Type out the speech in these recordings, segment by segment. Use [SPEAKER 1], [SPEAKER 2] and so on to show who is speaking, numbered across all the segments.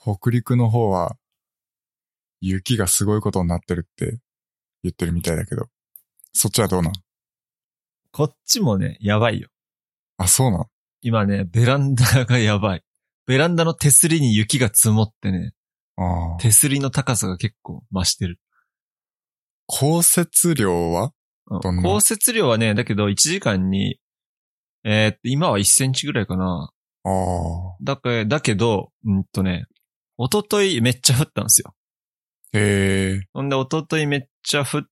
[SPEAKER 1] 北陸の方は、雪がすごいことになってるって言ってるみたいだけど、そっちはどうなん
[SPEAKER 2] こっちもね、やばいよ。
[SPEAKER 1] あ、そうなん
[SPEAKER 2] 今ね、ベランダがやばい。ベランダの手すりに雪が積もってね、
[SPEAKER 1] ああ。
[SPEAKER 2] 手すりの高さが結構増してる。
[SPEAKER 1] 降雪量は
[SPEAKER 2] うん
[SPEAKER 1] どんな
[SPEAKER 2] 降雪量はね、だけど1時間に、えーっと、今は1センチぐらいかな。
[SPEAKER 1] ああ。
[SPEAKER 2] だけだけど、うんとね、一昨日めっちゃ降ったんですよ。
[SPEAKER 1] へえ。
[SPEAKER 2] ほんで、一昨日めっちゃ降っ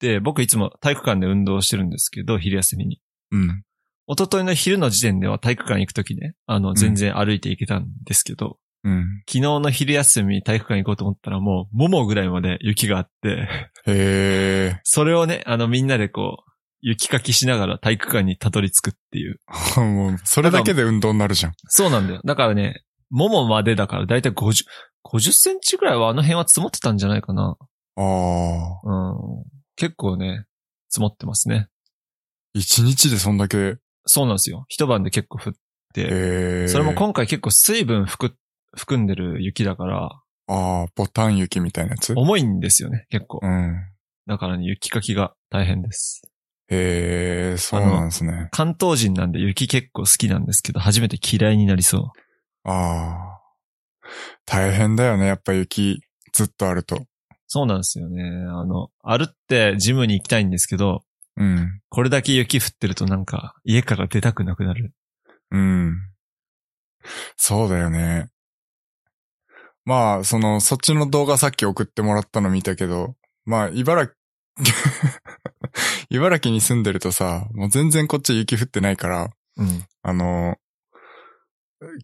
[SPEAKER 2] て、僕いつも体育館で運動してるんですけど、昼休みに。
[SPEAKER 1] うん。
[SPEAKER 2] 一昨日の昼の時点では体育館行くときね、あの、全然歩いて行けたんですけど、
[SPEAKER 1] うん。
[SPEAKER 2] 昨日の昼休み体育館行こうと思ったらもう、ももぐらいまで雪があって、
[SPEAKER 1] へえ。
[SPEAKER 2] それをね、あの、みんなでこう、雪かきしながら体育館にたどり着くっていう。
[SPEAKER 1] もう、それだけで運動になるじゃん。
[SPEAKER 2] そうなんだよ。だからね、ももまでだから、だいたい50、50センチぐらいはあの辺は積もってたんじゃないかな。
[SPEAKER 1] ああ。
[SPEAKER 2] うん。結構ね、積もってますね。
[SPEAKER 1] 一日でそんだけ。へ
[SPEAKER 2] そうなんですよ。一晩で結構降って。
[SPEAKER 1] え。
[SPEAKER 2] それも今回結構水分含、含んでる雪だから、
[SPEAKER 1] ああ、ボタン雪みたいなやつう
[SPEAKER 2] 重いんですよね、結構。
[SPEAKER 1] ん。
[SPEAKER 2] だからね、雪かきが大変です。
[SPEAKER 1] へえ、そうなんですね。
[SPEAKER 2] 関東人なんで雪結構好きなんですけど、初めて嫌いになりそ
[SPEAKER 1] ああ。大変だよね、やっぱ雪、ずっとあると。
[SPEAKER 2] う。そうなんですよね。あの、歩ってジムに行きたいんですけど、
[SPEAKER 1] うん。
[SPEAKER 2] これだけ雪降ってるとなんか、家から出たくなくなる。
[SPEAKER 1] うん。そうだよね。まあ、その、そっちの動画さっき送ってもらったの見たけど、まあ、茨城、 茨城に住んでるとさ、もう全然こっち雪降ってないから、
[SPEAKER 2] うん。
[SPEAKER 1] あの、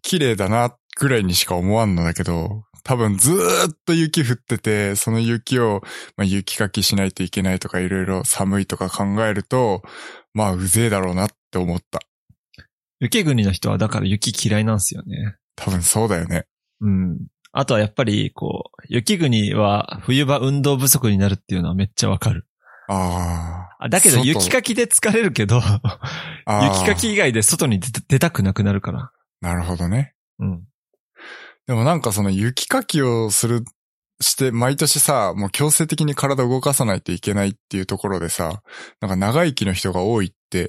[SPEAKER 1] 綺麗だな、ぐらいにしか思わんのだけど、多分ずーっと雪降ってて、その雪を、まあ、雪かきしないといけないとか、いろいろ寒いとか考えると、まあ、うぜえだろうなって思った。
[SPEAKER 2] 雪国の人はだから雪嫌いなんですよね。
[SPEAKER 1] 多分そうだよね。
[SPEAKER 2] うん。あとはやっぱり、こう、雪国は冬場運動不足になるっていうのはめっちゃわかる。
[SPEAKER 1] あ
[SPEAKER 2] あだけど
[SPEAKER 1] 外
[SPEAKER 2] 雪かきで疲れるけど、
[SPEAKER 1] ーあー。
[SPEAKER 2] 雪かき以外で外に出た出たくなくなるから。
[SPEAKER 1] なるほどね。
[SPEAKER 2] うん。
[SPEAKER 1] でもなんかその雪かきをする、して、毎年さ、もう強制的に体を動かさないといけないっていうところでさ、なんか長生きの人が多いって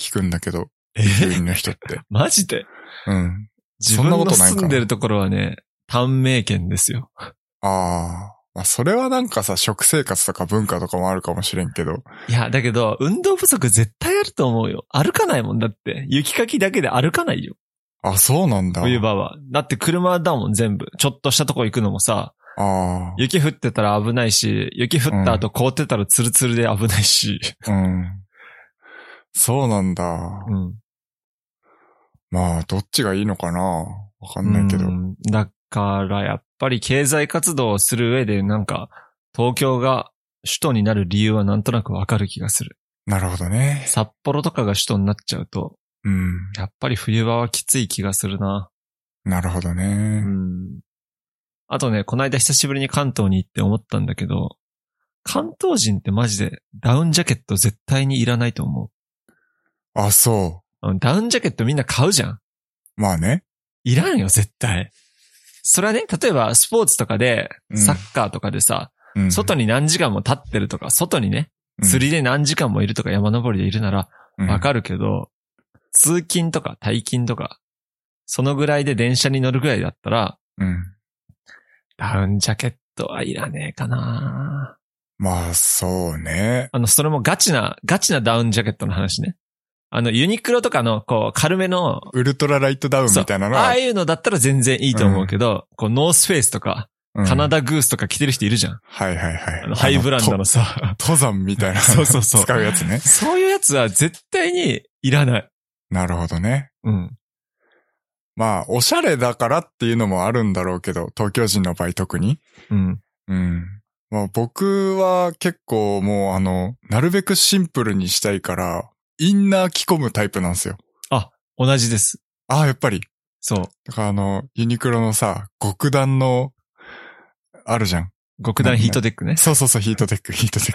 [SPEAKER 1] 聞くんだけど、
[SPEAKER 2] え
[SPEAKER 1] 病院の人って。
[SPEAKER 2] マジで
[SPEAKER 1] うん。
[SPEAKER 2] 自
[SPEAKER 1] そ
[SPEAKER 2] 分
[SPEAKER 1] んなこと
[SPEAKER 2] の
[SPEAKER 1] ないかな
[SPEAKER 2] 住んでるところはね、短命県ですよ。
[SPEAKER 1] あーまあ。それはなんかさ、食生活とか文化とかもあるかもしれんけど。
[SPEAKER 2] いや、だけど、運動不足絶対あると思うよ。歩かないもんだって。雪かきだけで歩かないよ。
[SPEAKER 1] あ、そうなんだ。
[SPEAKER 2] 冬場は。だって車だもん、全部。ちょっとしたとこ行くのもさ、
[SPEAKER 1] あ
[SPEAKER 2] 雪降ってたら危ないし、雪降った後凍ってたらツルツルで危ない し。
[SPEAKER 1] あ。うん。そうなんだ。
[SPEAKER 2] うん。
[SPEAKER 1] まあ、どっちがいいのかなわかんないけど
[SPEAKER 2] う。んだから、やっぱり経済活動をする上で、なんか、東京が首都になる理由はなんとなくわかる気がする。
[SPEAKER 1] なるほどね。
[SPEAKER 2] 札幌とかが首都になっちゃうと、
[SPEAKER 1] うん。
[SPEAKER 2] やっぱり冬場はきつい気がするな。
[SPEAKER 1] なるほど
[SPEAKER 2] う
[SPEAKER 1] ね。
[SPEAKER 2] ん。あとね、この間久しぶりに関東に行って思ったんだけど、関東人ってマジでダウンジャケット絶対にいらないと思。
[SPEAKER 1] あ、そう
[SPEAKER 2] うんダウンジャケットみんな買うじゃん。
[SPEAKER 1] う。まあね。
[SPEAKER 2] いらんよ、絶対。それはね、例えばスポーツとかで、
[SPEAKER 1] うん
[SPEAKER 2] サッカーとかでさ、
[SPEAKER 1] うん、
[SPEAKER 2] 外に何時間も立ってるとか、外にね、釣りで何時間もいるとか山登りでいるなら、
[SPEAKER 1] り
[SPEAKER 2] わかるけど、通勤とか退勤とか、そのぐらいで電車に乗るぐらいだったら、
[SPEAKER 1] うん。うん
[SPEAKER 2] ダウンジャケットはいらねえかな
[SPEAKER 1] まあ、そうね。
[SPEAKER 2] あの、それもガチな、ガチなダウンジャケットの話ね。あの、ユニクロとかの、こう、軽めの、
[SPEAKER 1] ウルトラライトダウンみたいなの
[SPEAKER 2] あ
[SPEAKER 1] は
[SPEAKER 2] あ、いうのだったら全然いいと思うけど、こう、ノースフェイスとか、
[SPEAKER 1] うん
[SPEAKER 2] カナ。ダグースとか着てる人いるじゃん。
[SPEAKER 1] はいはいはい。
[SPEAKER 2] あの、ハイブランド
[SPEAKER 1] あ
[SPEAKER 2] のさ。
[SPEAKER 1] と登山みたいな。
[SPEAKER 2] そうそうそう。
[SPEAKER 1] 使うやつね
[SPEAKER 2] そういうやつは絶対にいらない。
[SPEAKER 1] なるほどね。
[SPEAKER 2] うん。
[SPEAKER 1] まあ、おしゃれだからっていうのもあるんだろうけど、東京人の場合特に。
[SPEAKER 2] うん。
[SPEAKER 1] うん。まあ僕は結構もうあの、なるべくシンプルにしたいから、インナー着込むタイプなんですよ。
[SPEAKER 2] 同じです。
[SPEAKER 1] ああ、やっぱり。
[SPEAKER 2] そう。
[SPEAKER 1] だからあの、ユニクロのさ、極段の、あるじゃん。
[SPEAKER 2] 極端ヒートテックね。
[SPEAKER 1] そうそうそう、ヒートテック、ヒートテ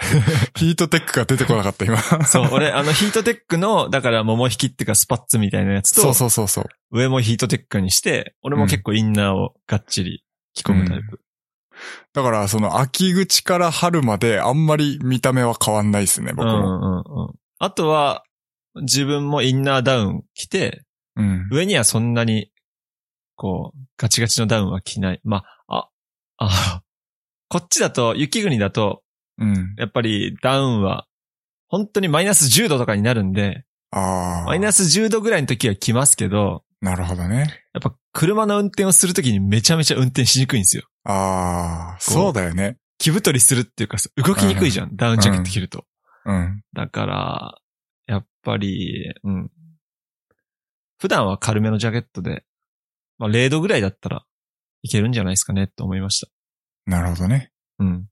[SPEAKER 1] ッ ク。ヒートテックが出てこなかった、今。
[SPEAKER 2] そう、俺、あの、ヒートテックの、だから、桃引きっていうか、スパッツみたいなやつと、
[SPEAKER 1] そうそうそうそう。
[SPEAKER 2] 上もヒートテックにして、俺も結構インナーをがっちり着込むタイプ。
[SPEAKER 1] だから、その秋口から春まであんまり見た目は変わんないですね、
[SPEAKER 2] う
[SPEAKER 1] 僕
[SPEAKER 2] んう
[SPEAKER 1] も。
[SPEAKER 2] んうん。あとは、自分もインナーダウン着て、
[SPEAKER 1] うん。
[SPEAKER 2] 上にはそんなに、こう、ガチガチのダウンは着ない。まあ、あ、あ、 こっちだと、雪国だと、
[SPEAKER 1] うん。
[SPEAKER 2] やっぱりダウンは、本当にマイナス10度とかになるんで、
[SPEAKER 1] ああ。
[SPEAKER 2] マイナス10度ぐらいの時は着ますけど、
[SPEAKER 1] なるほどね。
[SPEAKER 2] やっぱ車の運転をするときにめちゃめちゃ運転しにくいんですよ。
[SPEAKER 1] ああ、そうだよね。
[SPEAKER 2] 気太りするっていうか、動きにくいじゃん。ダウンジャケット着ると。
[SPEAKER 1] うん。
[SPEAKER 2] だから、やっぱり、うん。普段は軽めのジャケットで、まあ0度ぐらいだったらいけるんじゃないですかねと思いました。
[SPEAKER 1] なるほどね。
[SPEAKER 2] うん。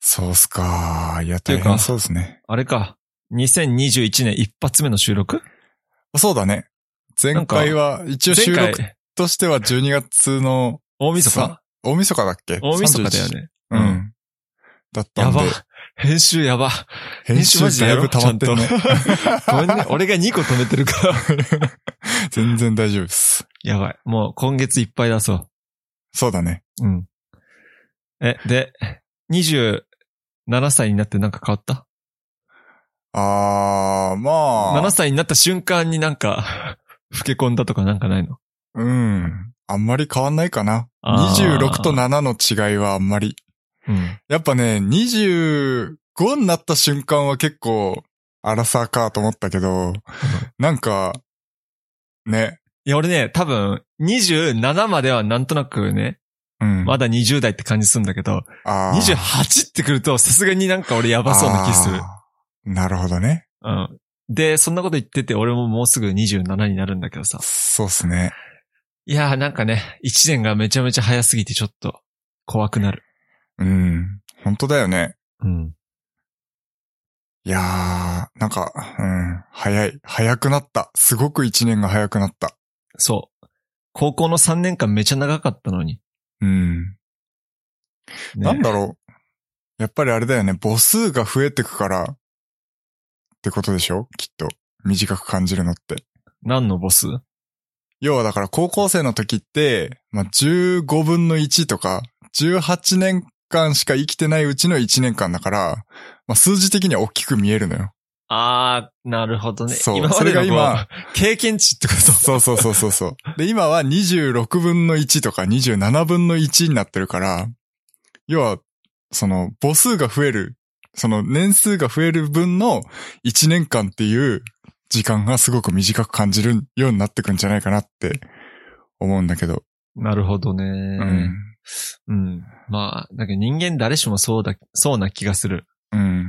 [SPEAKER 1] そうっすか。いや、
[SPEAKER 2] てい
[SPEAKER 1] 大
[SPEAKER 2] うか
[SPEAKER 1] 変そうですね。
[SPEAKER 2] あれか。2021年一発目の収録
[SPEAKER 1] そうだね。前回は、一応収
[SPEAKER 2] 前
[SPEAKER 1] 録
[SPEAKER 2] 回、
[SPEAKER 1] としては12月の
[SPEAKER 2] 大晦日
[SPEAKER 1] さ大晦日だっけ
[SPEAKER 2] 大晦日だよ。ね。
[SPEAKER 1] 31うん。だった
[SPEAKER 2] や
[SPEAKER 1] んで
[SPEAKER 2] ば、。編集やば。
[SPEAKER 1] 編集
[SPEAKER 2] マジで
[SPEAKER 1] だ
[SPEAKER 2] や
[SPEAKER 1] い
[SPEAKER 2] ろ
[SPEAKER 1] ぶ溜まってるね
[SPEAKER 2] ち。ゃんとごめんね。俺が2個止めてるから。
[SPEAKER 1] 全然大丈夫です。
[SPEAKER 2] やばい。もう今月いっぱい出そ
[SPEAKER 1] そうだね。
[SPEAKER 2] う。うん。え、で、27歳になってなんか変わった
[SPEAKER 1] あー、ま
[SPEAKER 2] ?7
[SPEAKER 1] あ、
[SPEAKER 2] 歳になった瞬間になんか、 老け込んだとかなんかないの
[SPEAKER 1] うん。あんまり変わんないかな。
[SPEAKER 2] あー
[SPEAKER 1] 26と7の違いはあんまり。
[SPEAKER 2] うん。
[SPEAKER 1] やっぱね、25になった瞬間は結構、荒さかと思ったけど、なんか、ね、
[SPEAKER 2] いや、俺ね、多分、27まではなんとなくね、
[SPEAKER 1] うん。
[SPEAKER 2] まだ20代って感じするんだけど、
[SPEAKER 1] あー
[SPEAKER 2] 28ってくると、さすがになんか俺やばそうな気する。
[SPEAKER 1] あーなるほどね。
[SPEAKER 2] うん。で、そんなこと言ってて、俺ももうすぐ27になるんだけどさ。
[SPEAKER 1] そうっすね。
[SPEAKER 2] いやーなんかね、1年がめちゃめちゃ早すぎてちょっと怖くなる。
[SPEAKER 1] うん。本当だよね。
[SPEAKER 2] うん。
[SPEAKER 1] いやー、なんか、うん、早い。早くなった。すごく一年が早くなった。
[SPEAKER 2] そう。高校の3年間めちゃ長かったのに。
[SPEAKER 1] うん。
[SPEAKER 2] ね
[SPEAKER 1] なんだろう。やっぱりあれだよね。母数が増えてくから、ってことでしょきっと。短く感じるのって。
[SPEAKER 2] 何のボス
[SPEAKER 1] 要はだから高校生の時って、まあ、15分の1とか、18年間しか生きてないうちの1年間だから、まあ、数字的には大きく見えるのよ。
[SPEAKER 2] あー、なるほどね。
[SPEAKER 1] そう
[SPEAKER 2] 今ま
[SPEAKER 1] そ
[SPEAKER 2] で
[SPEAKER 1] れ
[SPEAKER 2] の
[SPEAKER 1] が
[SPEAKER 2] こう
[SPEAKER 1] 今、
[SPEAKER 2] 経験値ってこと
[SPEAKER 1] そうそうそうそうそう。で、今は26分の1とか27分の1になってるから、要は、その母数が増える、その年数が増える分の1年間っていう時間がすごく短く感じるようになってくんじゃないかなって思うんだけど。
[SPEAKER 2] なるほどね。
[SPEAKER 1] うん。
[SPEAKER 2] うん。まあ、だけど人間誰しもそうだ、そうな気がする。
[SPEAKER 1] うん。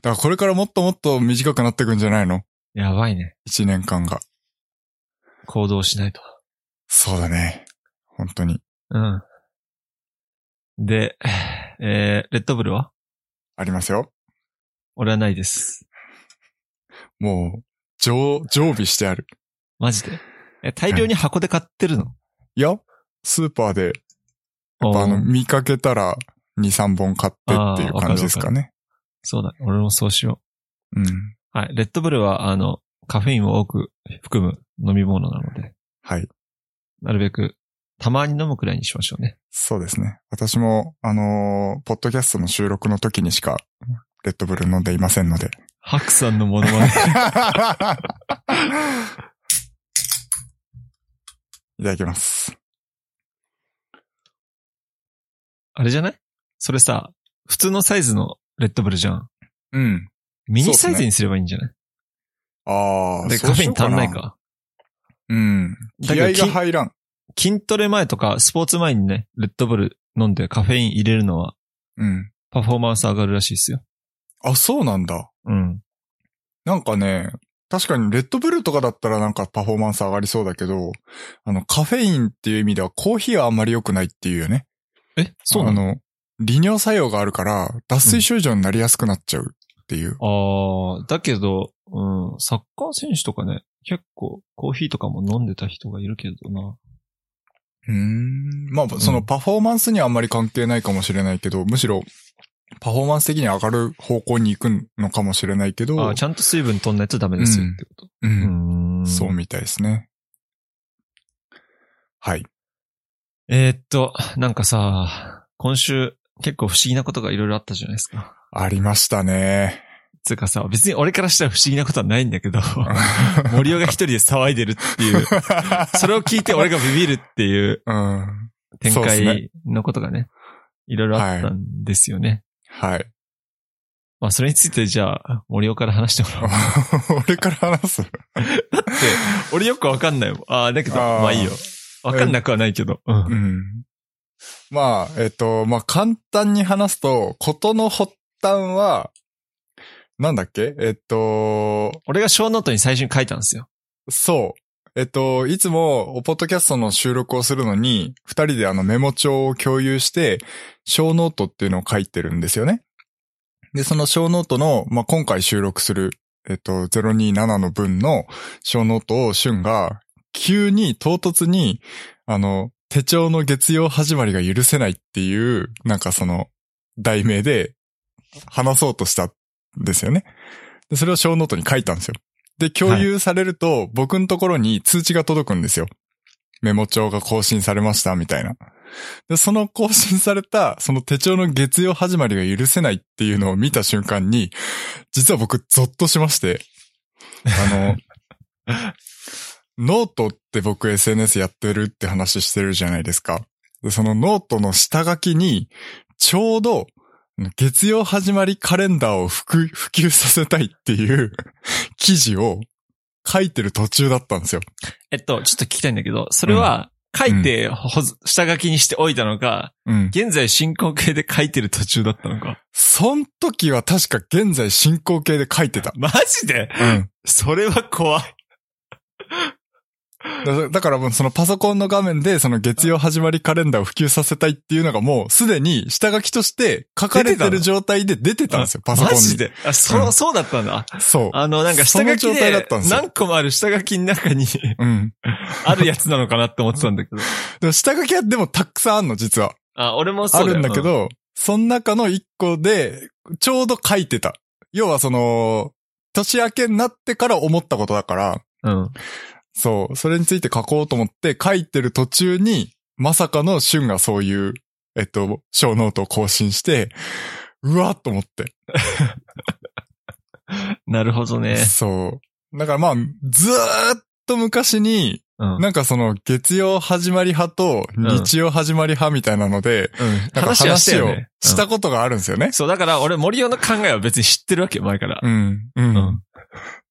[SPEAKER 1] だからこれからもっともっと短くなってくんじゃないの
[SPEAKER 2] やばいね。
[SPEAKER 1] ?1 年間が。
[SPEAKER 2] 行動しないと。
[SPEAKER 1] そうだね。本当に。
[SPEAKER 2] うん。で、えー、レッドブルは
[SPEAKER 1] ありますよ。
[SPEAKER 2] 俺はないです。
[SPEAKER 1] もう、常、常備してある。
[SPEAKER 2] マジで。え、大量に箱で買ってるの、
[SPEAKER 1] いや、スーパーで、やっぱあ
[SPEAKER 2] お
[SPEAKER 1] の、
[SPEAKER 2] ー
[SPEAKER 1] 見かけたら、2、3本買ってっていう感じですかね。
[SPEAKER 2] そうだ。俺もそうしよう。
[SPEAKER 1] うん。
[SPEAKER 2] はい。レッドブルは、あの、カフェインを多く含む飲み物なので、
[SPEAKER 1] はい。
[SPEAKER 2] なるべく、たまに飲むくらいにしましょうね。
[SPEAKER 1] そうですね。私も、あのーポッドキャストの収録の時にしか、レッドブル飲んでいませんので。
[SPEAKER 2] ハクさんのものまね。
[SPEAKER 1] いただきます。
[SPEAKER 2] あれじゃないそれさ、普通のサイズのレッドブルじゃん。
[SPEAKER 1] うん。
[SPEAKER 2] ミニサイズにすればいいんじゃない
[SPEAKER 1] ああ、
[SPEAKER 2] で、
[SPEAKER 1] そう
[SPEAKER 2] カフェ
[SPEAKER 1] し
[SPEAKER 2] イン
[SPEAKER 1] よう
[SPEAKER 2] 足んない
[SPEAKER 1] な。
[SPEAKER 2] か。
[SPEAKER 1] うん。
[SPEAKER 2] だけ
[SPEAKER 1] 気
[SPEAKER 2] ど
[SPEAKER 1] 合が入らん。
[SPEAKER 2] 筋トレ前とか、スポーツ前にね、レッドブル飲んでカフェイン入れるのは、
[SPEAKER 1] うん。
[SPEAKER 2] パフォーマンス上がるらしいですよ。
[SPEAKER 1] あ、そうなんだ。
[SPEAKER 2] うん。
[SPEAKER 1] なんかね、確かにレッドブルとかだったらなんかパフォーマンス上がりそうだけど、あのカフェインっていう意味ではコーヒーはあんまり良くないっていうよね。
[SPEAKER 2] え、そうなの
[SPEAKER 1] あの、利尿作用があるから脱水症状になりやすくなっちゃうっていう。
[SPEAKER 2] ああ、だけど、うん、サッカー選手とかね、結構コーヒーとかも飲んでた人がいるけどな。
[SPEAKER 1] うーん。まあ、そのパフォーマンスにはあんまり関係ないかもしれないけど、むしろパフォーマンス的に上がる方向に行くのかもしれないけど、
[SPEAKER 2] あーちゃんと水分取んないとダメですよってこと。
[SPEAKER 1] う、
[SPEAKER 2] うんーん
[SPEAKER 1] そうみたいですね。はい。
[SPEAKER 2] えーっと、なんかさ、今週結構不思議なことがいろいろあったじゃないですか。
[SPEAKER 1] ありましたね。
[SPEAKER 2] つうかさ、別に俺からしたら不思議なことはないんだけど、 森尾が一人で騒いでるっ ていう、それを聞いて俺がビビるっていう
[SPEAKER 1] うん。
[SPEAKER 2] 展
[SPEAKER 1] そうっすね
[SPEAKER 2] 開のことがね、いろいろあったんですよね。
[SPEAKER 1] はい。
[SPEAKER 2] まあそれについてじゃあ、森尾から話してもらおう。
[SPEAKER 1] 俺から話す。
[SPEAKER 2] 俺よくわかんないもん。ああ、だけど、
[SPEAKER 1] あー
[SPEAKER 2] まあいいよ。わかんなくはないけど。うん。
[SPEAKER 1] うん。まあ、えっと、まあ簡単に話すと、ことの発端は、なんだっけえっと、
[SPEAKER 2] 俺が小ノートに最初に書いたんですよ。
[SPEAKER 1] そう。えっと、いつも、おポッドキャストの収録をするのに、二人であのメモ帳を共有して、小ノートっていうのを書いてるんですよね。で、その小ノートの、まあ、今回収録する、えっと、027の分の小ノートを、シュンが、急に唐突に、あの、手帳の月曜始まりが許せないっていう、なんかその、題名で、話そうとしたんですよね。で、それを小ノートに書いたんですよ。で、共有されると、僕のところに通知が届くんですよ。メモ帳が更新されました、みたいな。で、その更新された、その手帳の月曜始まりが許せないっていうのを見た瞬間に、実は僕、ゾッとしまして、あの、ノートって僕 SNS やってるって話してるじゃないですか。でそのノートの下書きに、ちょうど、月曜始まりカレンダーを普及普及させたいっていう記事を書いてる途中だったんですよ。
[SPEAKER 2] えっと、ちょっと聞きたいんだけど、それは、書いて、ほず下書きにしておいたのか、
[SPEAKER 1] うん。
[SPEAKER 2] 現在進行形で書いてる途中だったのか。
[SPEAKER 1] そん時は確か現在進行形で書いてた。
[SPEAKER 2] マジで
[SPEAKER 1] うん。
[SPEAKER 2] それは怖い。
[SPEAKER 1] だだからもうそのパソコンの画面でその月曜始まりカレンダーを普及させたいっていうのがもうすでに下書きとして書かれてる状態で出てたんですよ、パソコン
[SPEAKER 2] マ
[SPEAKER 1] に。
[SPEAKER 2] ジであ、そう、
[SPEAKER 1] うん
[SPEAKER 2] そうだったんだ。
[SPEAKER 1] そう。
[SPEAKER 2] あの、なんか下
[SPEAKER 1] そ
[SPEAKER 2] 書
[SPEAKER 1] の
[SPEAKER 2] き
[SPEAKER 1] 状態だ
[SPEAKER 2] で
[SPEAKER 1] ったんで、すよ
[SPEAKER 2] 何個もある下書きの中に
[SPEAKER 1] うん。
[SPEAKER 2] あるやつなのかなって思ってたんだけど。
[SPEAKER 1] でも下書きはでもたくさんあんの、実は。
[SPEAKER 2] あ、俺も
[SPEAKER 1] あ
[SPEAKER 2] そうだよ
[SPEAKER 1] るんだけ。ど、その中の一個で、ちょうど書いてた。要はその、年明けになってから思ったことだから、
[SPEAKER 2] うん。うん
[SPEAKER 1] そう、それについて書こうと思って書いてる途中に、まさかの旬がそういう、えっと、小ノートを更新して、うわっと思って。
[SPEAKER 2] なるほどね。
[SPEAKER 1] そう。だからまあ、ずーっと昔に、
[SPEAKER 2] うん。
[SPEAKER 1] なんかその月曜始まり派と日曜始まり派みたいなので、
[SPEAKER 2] うん。
[SPEAKER 1] なんか
[SPEAKER 2] 話はし
[SPEAKER 1] 話
[SPEAKER 2] たよ
[SPEAKER 1] を
[SPEAKER 2] ね。
[SPEAKER 1] し
[SPEAKER 2] う
[SPEAKER 1] た
[SPEAKER 2] ん
[SPEAKER 1] ことがあるんですよね。
[SPEAKER 2] そう、だから俺森尾の考えは別に知ってるわけよ、前から。
[SPEAKER 1] うん。う。
[SPEAKER 2] うん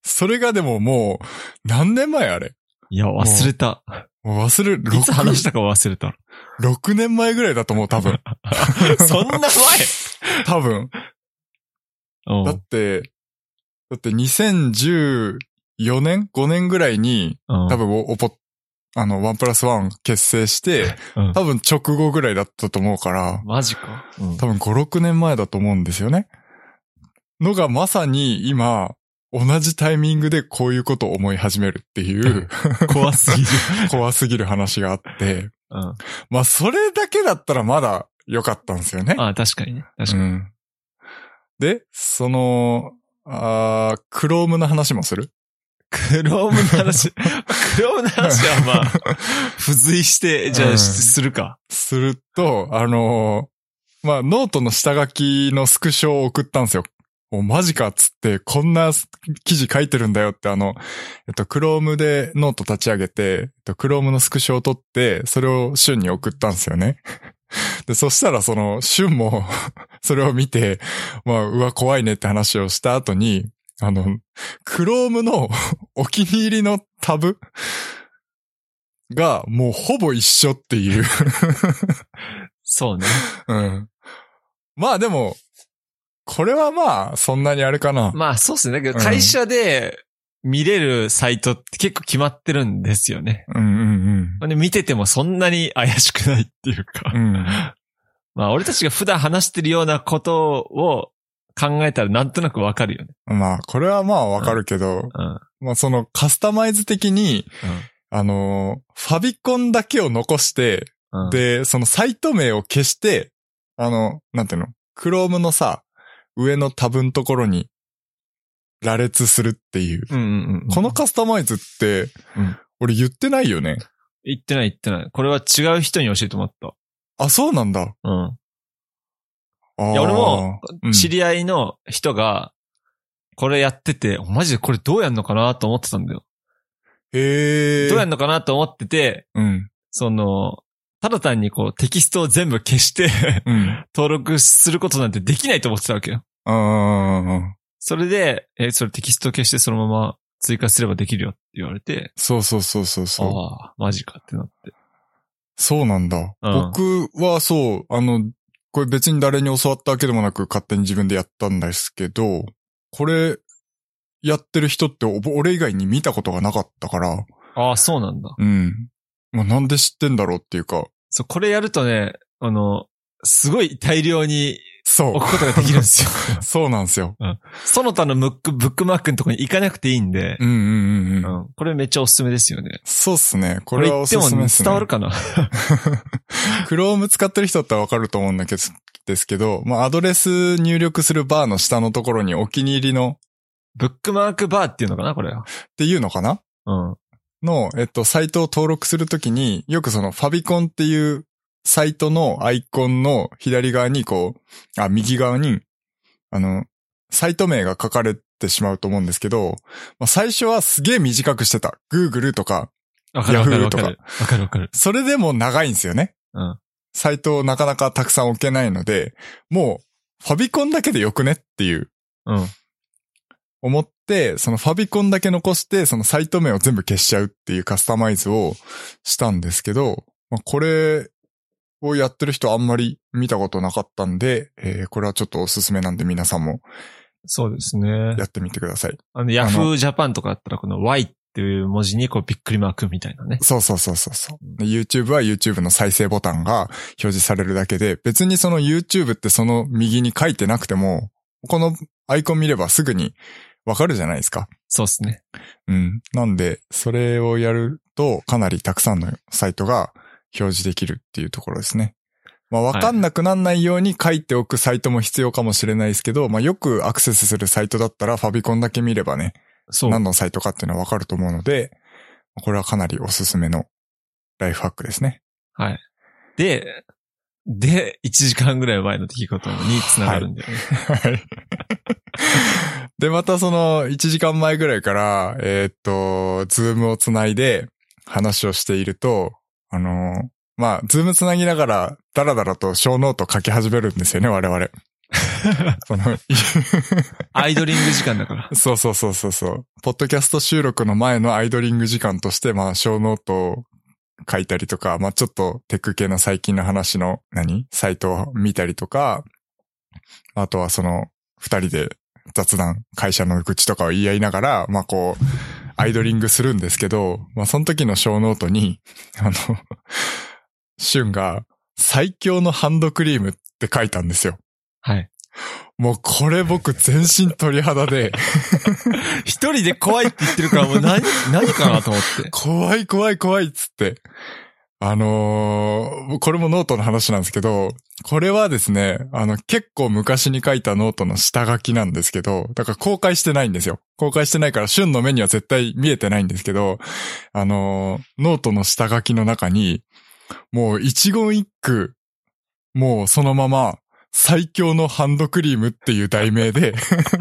[SPEAKER 1] それがでももう、何年前あれ
[SPEAKER 2] いや、忘れた。
[SPEAKER 1] もう忘れる、
[SPEAKER 2] いつ話し
[SPEAKER 1] 6、
[SPEAKER 2] たか忘 れた。
[SPEAKER 1] 6年前ぐらいだと思う、多分。
[SPEAKER 2] そんな前
[SPEAKER 1] 多分。
[SPEAKER 2] うん
[SPEAKER 1] だって、だって2014年 ?5 年ぐらいに、
[SPEAKER 2] うん
[SPEAKER 1] 多分お、おぽ、あの、ワンプラスワン結成して、
[SPEAKER 2] うん
[SPEAKER 1] 多分直後ぐらいだったと思うから、
[SPEAKER 2] マジか。うん
[SPEAKER 1] 多分5、6年前だと思うんですよね。のがまさに今、同じタイミングでこういうことを思い始めるっていう、
[SPEAKER 2] 怖すぎる。
[SPEAKER 1] 怖すぎる話があって、
[SPEAKER 2] うん
[SPEAKER 1] まあ、それだけだったらまだ良かったんですよね。
[SPEAKER 2] あ、確かにね。確
[SPEAKER 1] う
[SPEAKER 2] かに。
[SPEAKER 1] ん。で、その、あークロームの話もする
[SPEAKER 2] クロームの話。クロームの話はまあ、 付随して、じゃ
[SPEAKER 1] う
[SPEAKER 2] あ、
[SPEAKER 1] ん
[SPEAKER 2] しするか。
[SPEAKER 1] すると、あのーまあ、ノートの下書きのスクショを送ったんですよ。お、マジかっつって、こんな記事書いてるんだよって、あの、えっと、クロームでノート立ち上げて、えっと、クロームのスクショを取って、それをシュンに送ったんですよね。 で、そしたらその、シュンも、 それを見て、まあ、うわ、怖いねって話をした後に、あの、クロームの お気に入りのタブが、もうほぼ一緒っていう。
[SPEAKER 2] そうね。
[SPEAKER 1] うん。まあでも、これはまあ、そんなにあれかな。
[SPEAKER 2] まあ、そうっすね。だけど、
[SPEAKER 1] うん
[SPEAKER 2] 会社で見れるサイトって結構決まってるんですよね。
[SPEAKER 1] うんうん
[SPEAKER 2] で見ててもそんなに怪しくないっていうか。
[SPEAKER 1] うん。うん。
[SPEAKER 2] まあ、俺たちが普段話してるようなことを考えたらなんとなくわかるよね。
[SPEAKER 1] まあ、これはまあわかるけど、
[SPEAKER 2] うん。
[SPEAKER 1] まあそのカスタマイズ的に、あのー、ファビコンだけを残して、
[SPEAKER 2] うん、
[SPEAKER 1] で、そのサイト名を消して、あの、なんていうの、Chrome のさ、上のタブのところに羅列するっていう。
[SPEAKER 2] うんうんうん。
[SPEAKER 1] このカスタマイズって、
[SPEAKER 2] うん
[SPEAKER 1] 俺言ってないよね。
[SPEAKER 2] 行ってない行ってない。これは違う人に教えてもらっ
[SPEAKER 1] あ、そうなんだ。
[SPEAKER 2] た。うん。
[SPEAKER 1] あー
[SPEAKER 2] いや俺も、
[SPEAKER 1] うん
[SPEAKER 2] 知り合いの人が、これやってて、マジでこれどうやんのかなと思ってたんだよ。
[SPEAKER 1] へえ。
[SPEAKER 2] どうやんのかなと思ってて、
[SPEAKER 1] うん。
[SPEAKER 2] その、ただ単にこうテキストを全部消して
[SPEAKER 1] うん。
[SPEAKER 2] 登録することなんてできないと思ってたわけよ。
[SPEAKER 1] ああ、
[SPEAKER 2] それで、え、それテキスト消してそのまま追加すればできるよって言われて、
[SPEAKER 1] そうそうそうそうそう。
[SPEAKER 2] ああ、マジかってなって。
[SPEAKER 1] そうなんだ。
[SPEAKER 2] うん
[SPEAKER 1] 僕はそう、あの、これ別に誰に教わったわけでもなく勝手に自分でやったんですけど、これ、やってる人っておぼ俺以外に見たことがなかったから、
[SPEAKER 2] ああ、そうなんだ。
[SPEAKER 1] うん。まあ、なんで知ってんだろうっていうか、
[SPEAKER 2] そう、これやるとね、あの、すごい大量に
[SPEAKER 1] そ
[SPEAKER 2] 置くことができるんです よ。
[SPEAKER 1] う、そうなんですよ。
[SPEAKER 2] その他のムック、ブックマークのとこに行かなくていいんで、
[SPEAKER 1] うんうんうん
[SPEAKER 2] う
[SPEAKER 1] うん。
[SPEAKER 2] ん、これめっちゃおすすめですよね。
[SPEAKER 1] そうっすね。こ
[SPEAKER 2] こ
[SPEAKER 1] れ
[SPEAKER 2] れ
[SPEAKER 1] は
[SPEAKER 2] 言
[SPEAKER 1] お
[SPEAKER 2] っ
[SPEAKER 1] す
[SPEAKER 2] ても
[SPEAKER 1] すめですね。
[SPEAKER 2] 伝わるかな
[SPEAKER 1] クローム使ってる人だったらわかると思うんだけど、ですけど、まあ、アドレス入力するバーの下のところにお気に入りの、
[SPEAKER 2] ブックマークバーっていうのかなこれは。
[SPEAKER 1] っていうのかな
[SPEAKER 2] うん。
[SPEAKER 1] の、えっと、サイトを登録するときに、よくそのファビコンっていうサイトのアイコンの左側にこう、あ、右側に、あの、サイト名が書かれてしまうと思うんですけど、まあ、最初はすげえ短くしてた。Google とか、
[SPEAKER 2] わかるわかる
[SPEAKER 1] Yahoo
[SPEAKER 2] わ
[SPEAKER 1] と
[SPEAKER 2] か
[SPEAKER 1] か
[SPEAKER 2] る。わかるわかる。
[SPEAKER 1] それでも長いんですよね。
[SPEAKER 2] うん。
[SPEAKER 1] サイトをなかなかたくさん置けないので、もう、ファビコンだけでよくねっていう、
[SPEAKER 2] うん。
[SPEAKER 1] 思って、そのファビコンだけ残して、そのサイト名を全部消しちゃうっていうカスタマイズをしたんですけど、まあ、これをやってる人あんまり見たことなかったんで、えーこれはちょっとおすすめなんで皆さんも
[SPEAKER 2] そうですね。
[SPEAKER 1] やってみてください。
[SPEAKER 2] あの、Yahoo Japan とかだったらこの Y っていう文字にこうびっくりマークみたいなね。
[SPEAKER 1] そうそうそうそうそう。で YouTube は YouTube の再生ボタンが表示されるだけで、別にその YouTube ってその右に書いてなくても、このアイコン見ればすぐにわかるじゃないですか。
[SPEAKER 2] そうですね。
[SPEAKER 1] うん。なんで、それをやると、かなりたくさんのサイトが表示できるっていうところですね。まあ、わかんなくなんないように書いておくサイトも必要かもしれないですけど、まあ、よくアクセスするサイトだったら、ファビコンだけ見ればね、
[SPEAKER 2] そう。
[SPEAKER 1] 何のサイトかっていうのはわかると思うので、これはかなりおすすめのライフハックですね。
[SPEAKER 2] はい。で、で、1時間ぐらい前の出来事に繋がるんだよね。
[SPEAKER 1] はい。 で、またその1時間前ぐらいから、えーっと、ズームをつないで話をしていると、あのー、まあ、ズームつなぎながら、ダラダラと小ノート書き始めるんですよね、我々。その、
[SPEAKER 2] アイドリング時間だから。
[SPEAKER 1] そうそうそうそうそう。ポッドキャスト収録の前のアイドリング時間として、まあ、小ノートを書いたりとか、まあ、ちょっとテック系の最近の話の、何サイトを見たりとか、あとはその、二人で雑談、会社の愚痴とかを言い合いながら、まあ、こう、アイドリングするんですけど、まあ、その時の小ノートに、 あの、シュンが、最強のハンドクリームって書いたんですよ。
[SPEAKER 2] はい。
[SPEAKER 1] もうこれ僕全身鳥肌で、
[SPEAKER 2] 一人で怖いって言ってるからもう 何、何かなと思って。
[SPEAKER 1] 怖い怖い怖いっつって。あのーこれもノートの話なんですけど、これはですね、あの、結構昔に書いたノートの下書きなんですけど、だから公開してないんですよ。公開してないから、旬の目には絶対見えてないんですけど、あのーノートの下書きの中に、もう一言一句、もうそのまま、最強のハンドクリームっていう題名で、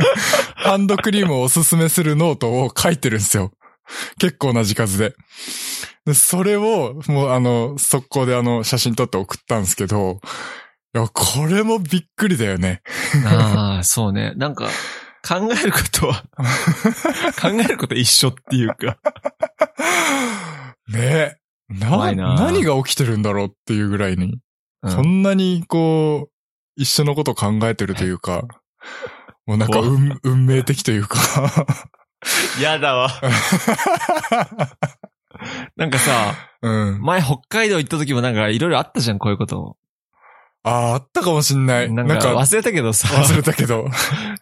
[SPEAKER 1] ハンドクリームをおすすめするノートを書いてるんですよ。結構な字数で。でそれを、もうあの、速攻であの、写真撮って送ったんですけど、いや、これもびっくりだよね。
[SPEAKER 2] ああ、そうね。なんか、考えること は、考えることは一緒っていうか。
[SPEAKER 1] ねえ。
[SPEAKER 2] 怖
[SPEAKER 1] ない
[SPEAKER 2] な
[SPEAKER 1] 何が起きてるんだろうっていうぐらいに、
[SPEAKER 2] うん
[SPEAKER 1] こんなにこう、一緒のこと考えてるというか、もうなんか
[SPEAKER 2] 怖
[SPEAKER 1] 運、運命的というか。
[SPEAKER 2] やだわ。なんかさ、
[SPEAKER 1] うん。
[SPEAKER 2] 前北海道行った時もなんかいろいろあったじゃん、こういうこと。
[SPEAKER 1] ああ、あったかもしんない。
[SPEAKER 2] な
[SPEAKER 1] なんん
[SPEAKER 2] か
[SPEAKER 1] か、忘
[SPEAKER 2] 忘れたけどさ、
[SPEAKER 1] れたけど。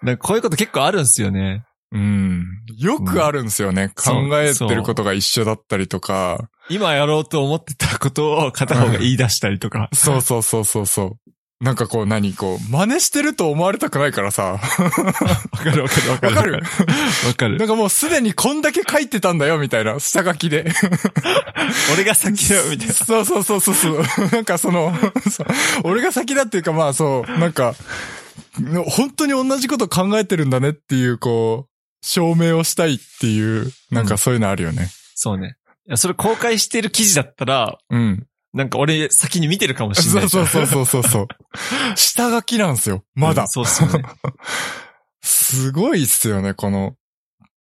[SPEAKER 2] なんかこういうこと結構あるんですよね。
[SPEAKER 1] うん。よくあるんですよね。
[SPEAKER 2] うん
[SPEAKER 1] 考えてることが一緒だったりとか。
[SPEAKER 2] 今やろうと思ってたことを片方が言い出したりとか。
[SPEAKER 1] そうそうそうそうそう。なんかこう何こう、真似してると思われたくないから さ。
[SPEAKER 2] わかるわかるわかる。
[SPEAKER 1] わかる
[SPEAKER 2] わ
[SPEAKER 1] な
[SPEAKER 2] かる。
[SPEAKER 1] んかもうすでにこんだけ書いてたんだよ、みたいな。下書きで。
[SPEAKER 2] 俺が先だよ、みたいな。
[SPEAKER 1] そうそうそうそうそう。なんかその、そう俺が先だっていうかまあそう、なんか、本当に同じこと考えてるんだねっていう、こう、証明をしたいっていう、なんかそういうのあるよね。
[SPEAKER 2] そうね。いや、それ公開してる記事だったら、
[SPEAKER 1] うん。
[SPEAKER 2] なんか俺先に見てるかもしれ
[SPEAKER 1] そ
[SPEAKER 2] な
[SPEAKER 1] う
[SPEAKER 2] いじゃ
[SPEAKER 1] そ
[SPEAKER 2] ん。
[SPEAKER 1] うそうそうそうそ う。下書きなんですよ。ま
[SPEAKER 2] う
[SPEAKER 1] だ
[SPEAKER 2] ん。そうっすよ ね。
[SPEAKER 1] すごいっすよね、この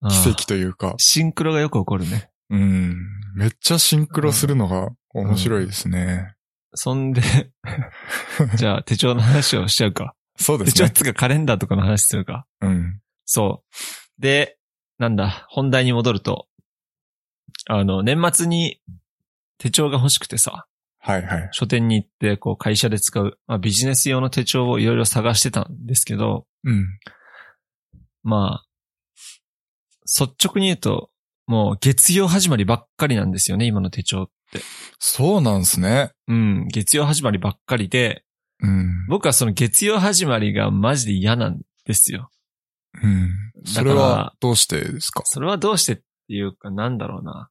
[SPEAKER 2] あー
[SPEAKER 1] 奇跡というか。
[SPEAKER 2] シンクロがよく起こるね。
[SPEAKER 1] うん。めっちゃシンクロするのが面白いですね。
[SPEAKER 2] そ んで、じゃあ手帳の話をしちゃうか。
[SPEAKER 1] そうで
[SPEAKER 2] 手
[SPEAKER 1] す
[SPEAKER 2] 帳っ
[SPEAKER 1] ね。
[SPEAKER 2] つうかカレンダーとかの話するか。
[SPEAKER 1] うん。
[SPEAKER 2] そう。で、なんだ、本題に戻ると、あの、年末に手帳が欲しくてさ、
[SPEAKER 1] はいはい。
[SPEAKER 2] 書店に行って、こう、会社で使う、まあ、ビジネス用の手帳をいろいろ探してたんですけど、
[SPEAKER 1] うん。
[SPEAKER 2] まあ、率直に言うと、もう月曜始まりばっかりなんですよね、今の手帳。
[SPEAKER 1] そうなんですね。
[SPEAKER 2] うん、月曜始まりばっかりで、
[SPEAKER 1] うん。
[SPEAKER 2] 僕はその月曜始まりがマジで嫌なんですよ。
[SPEAKER 1] うん。
[SPEAKER 2] ら
[SPEAKER 1] それはどうしてですか
[SPEAKER 2] それはどうしてっていうか、なんだろうな。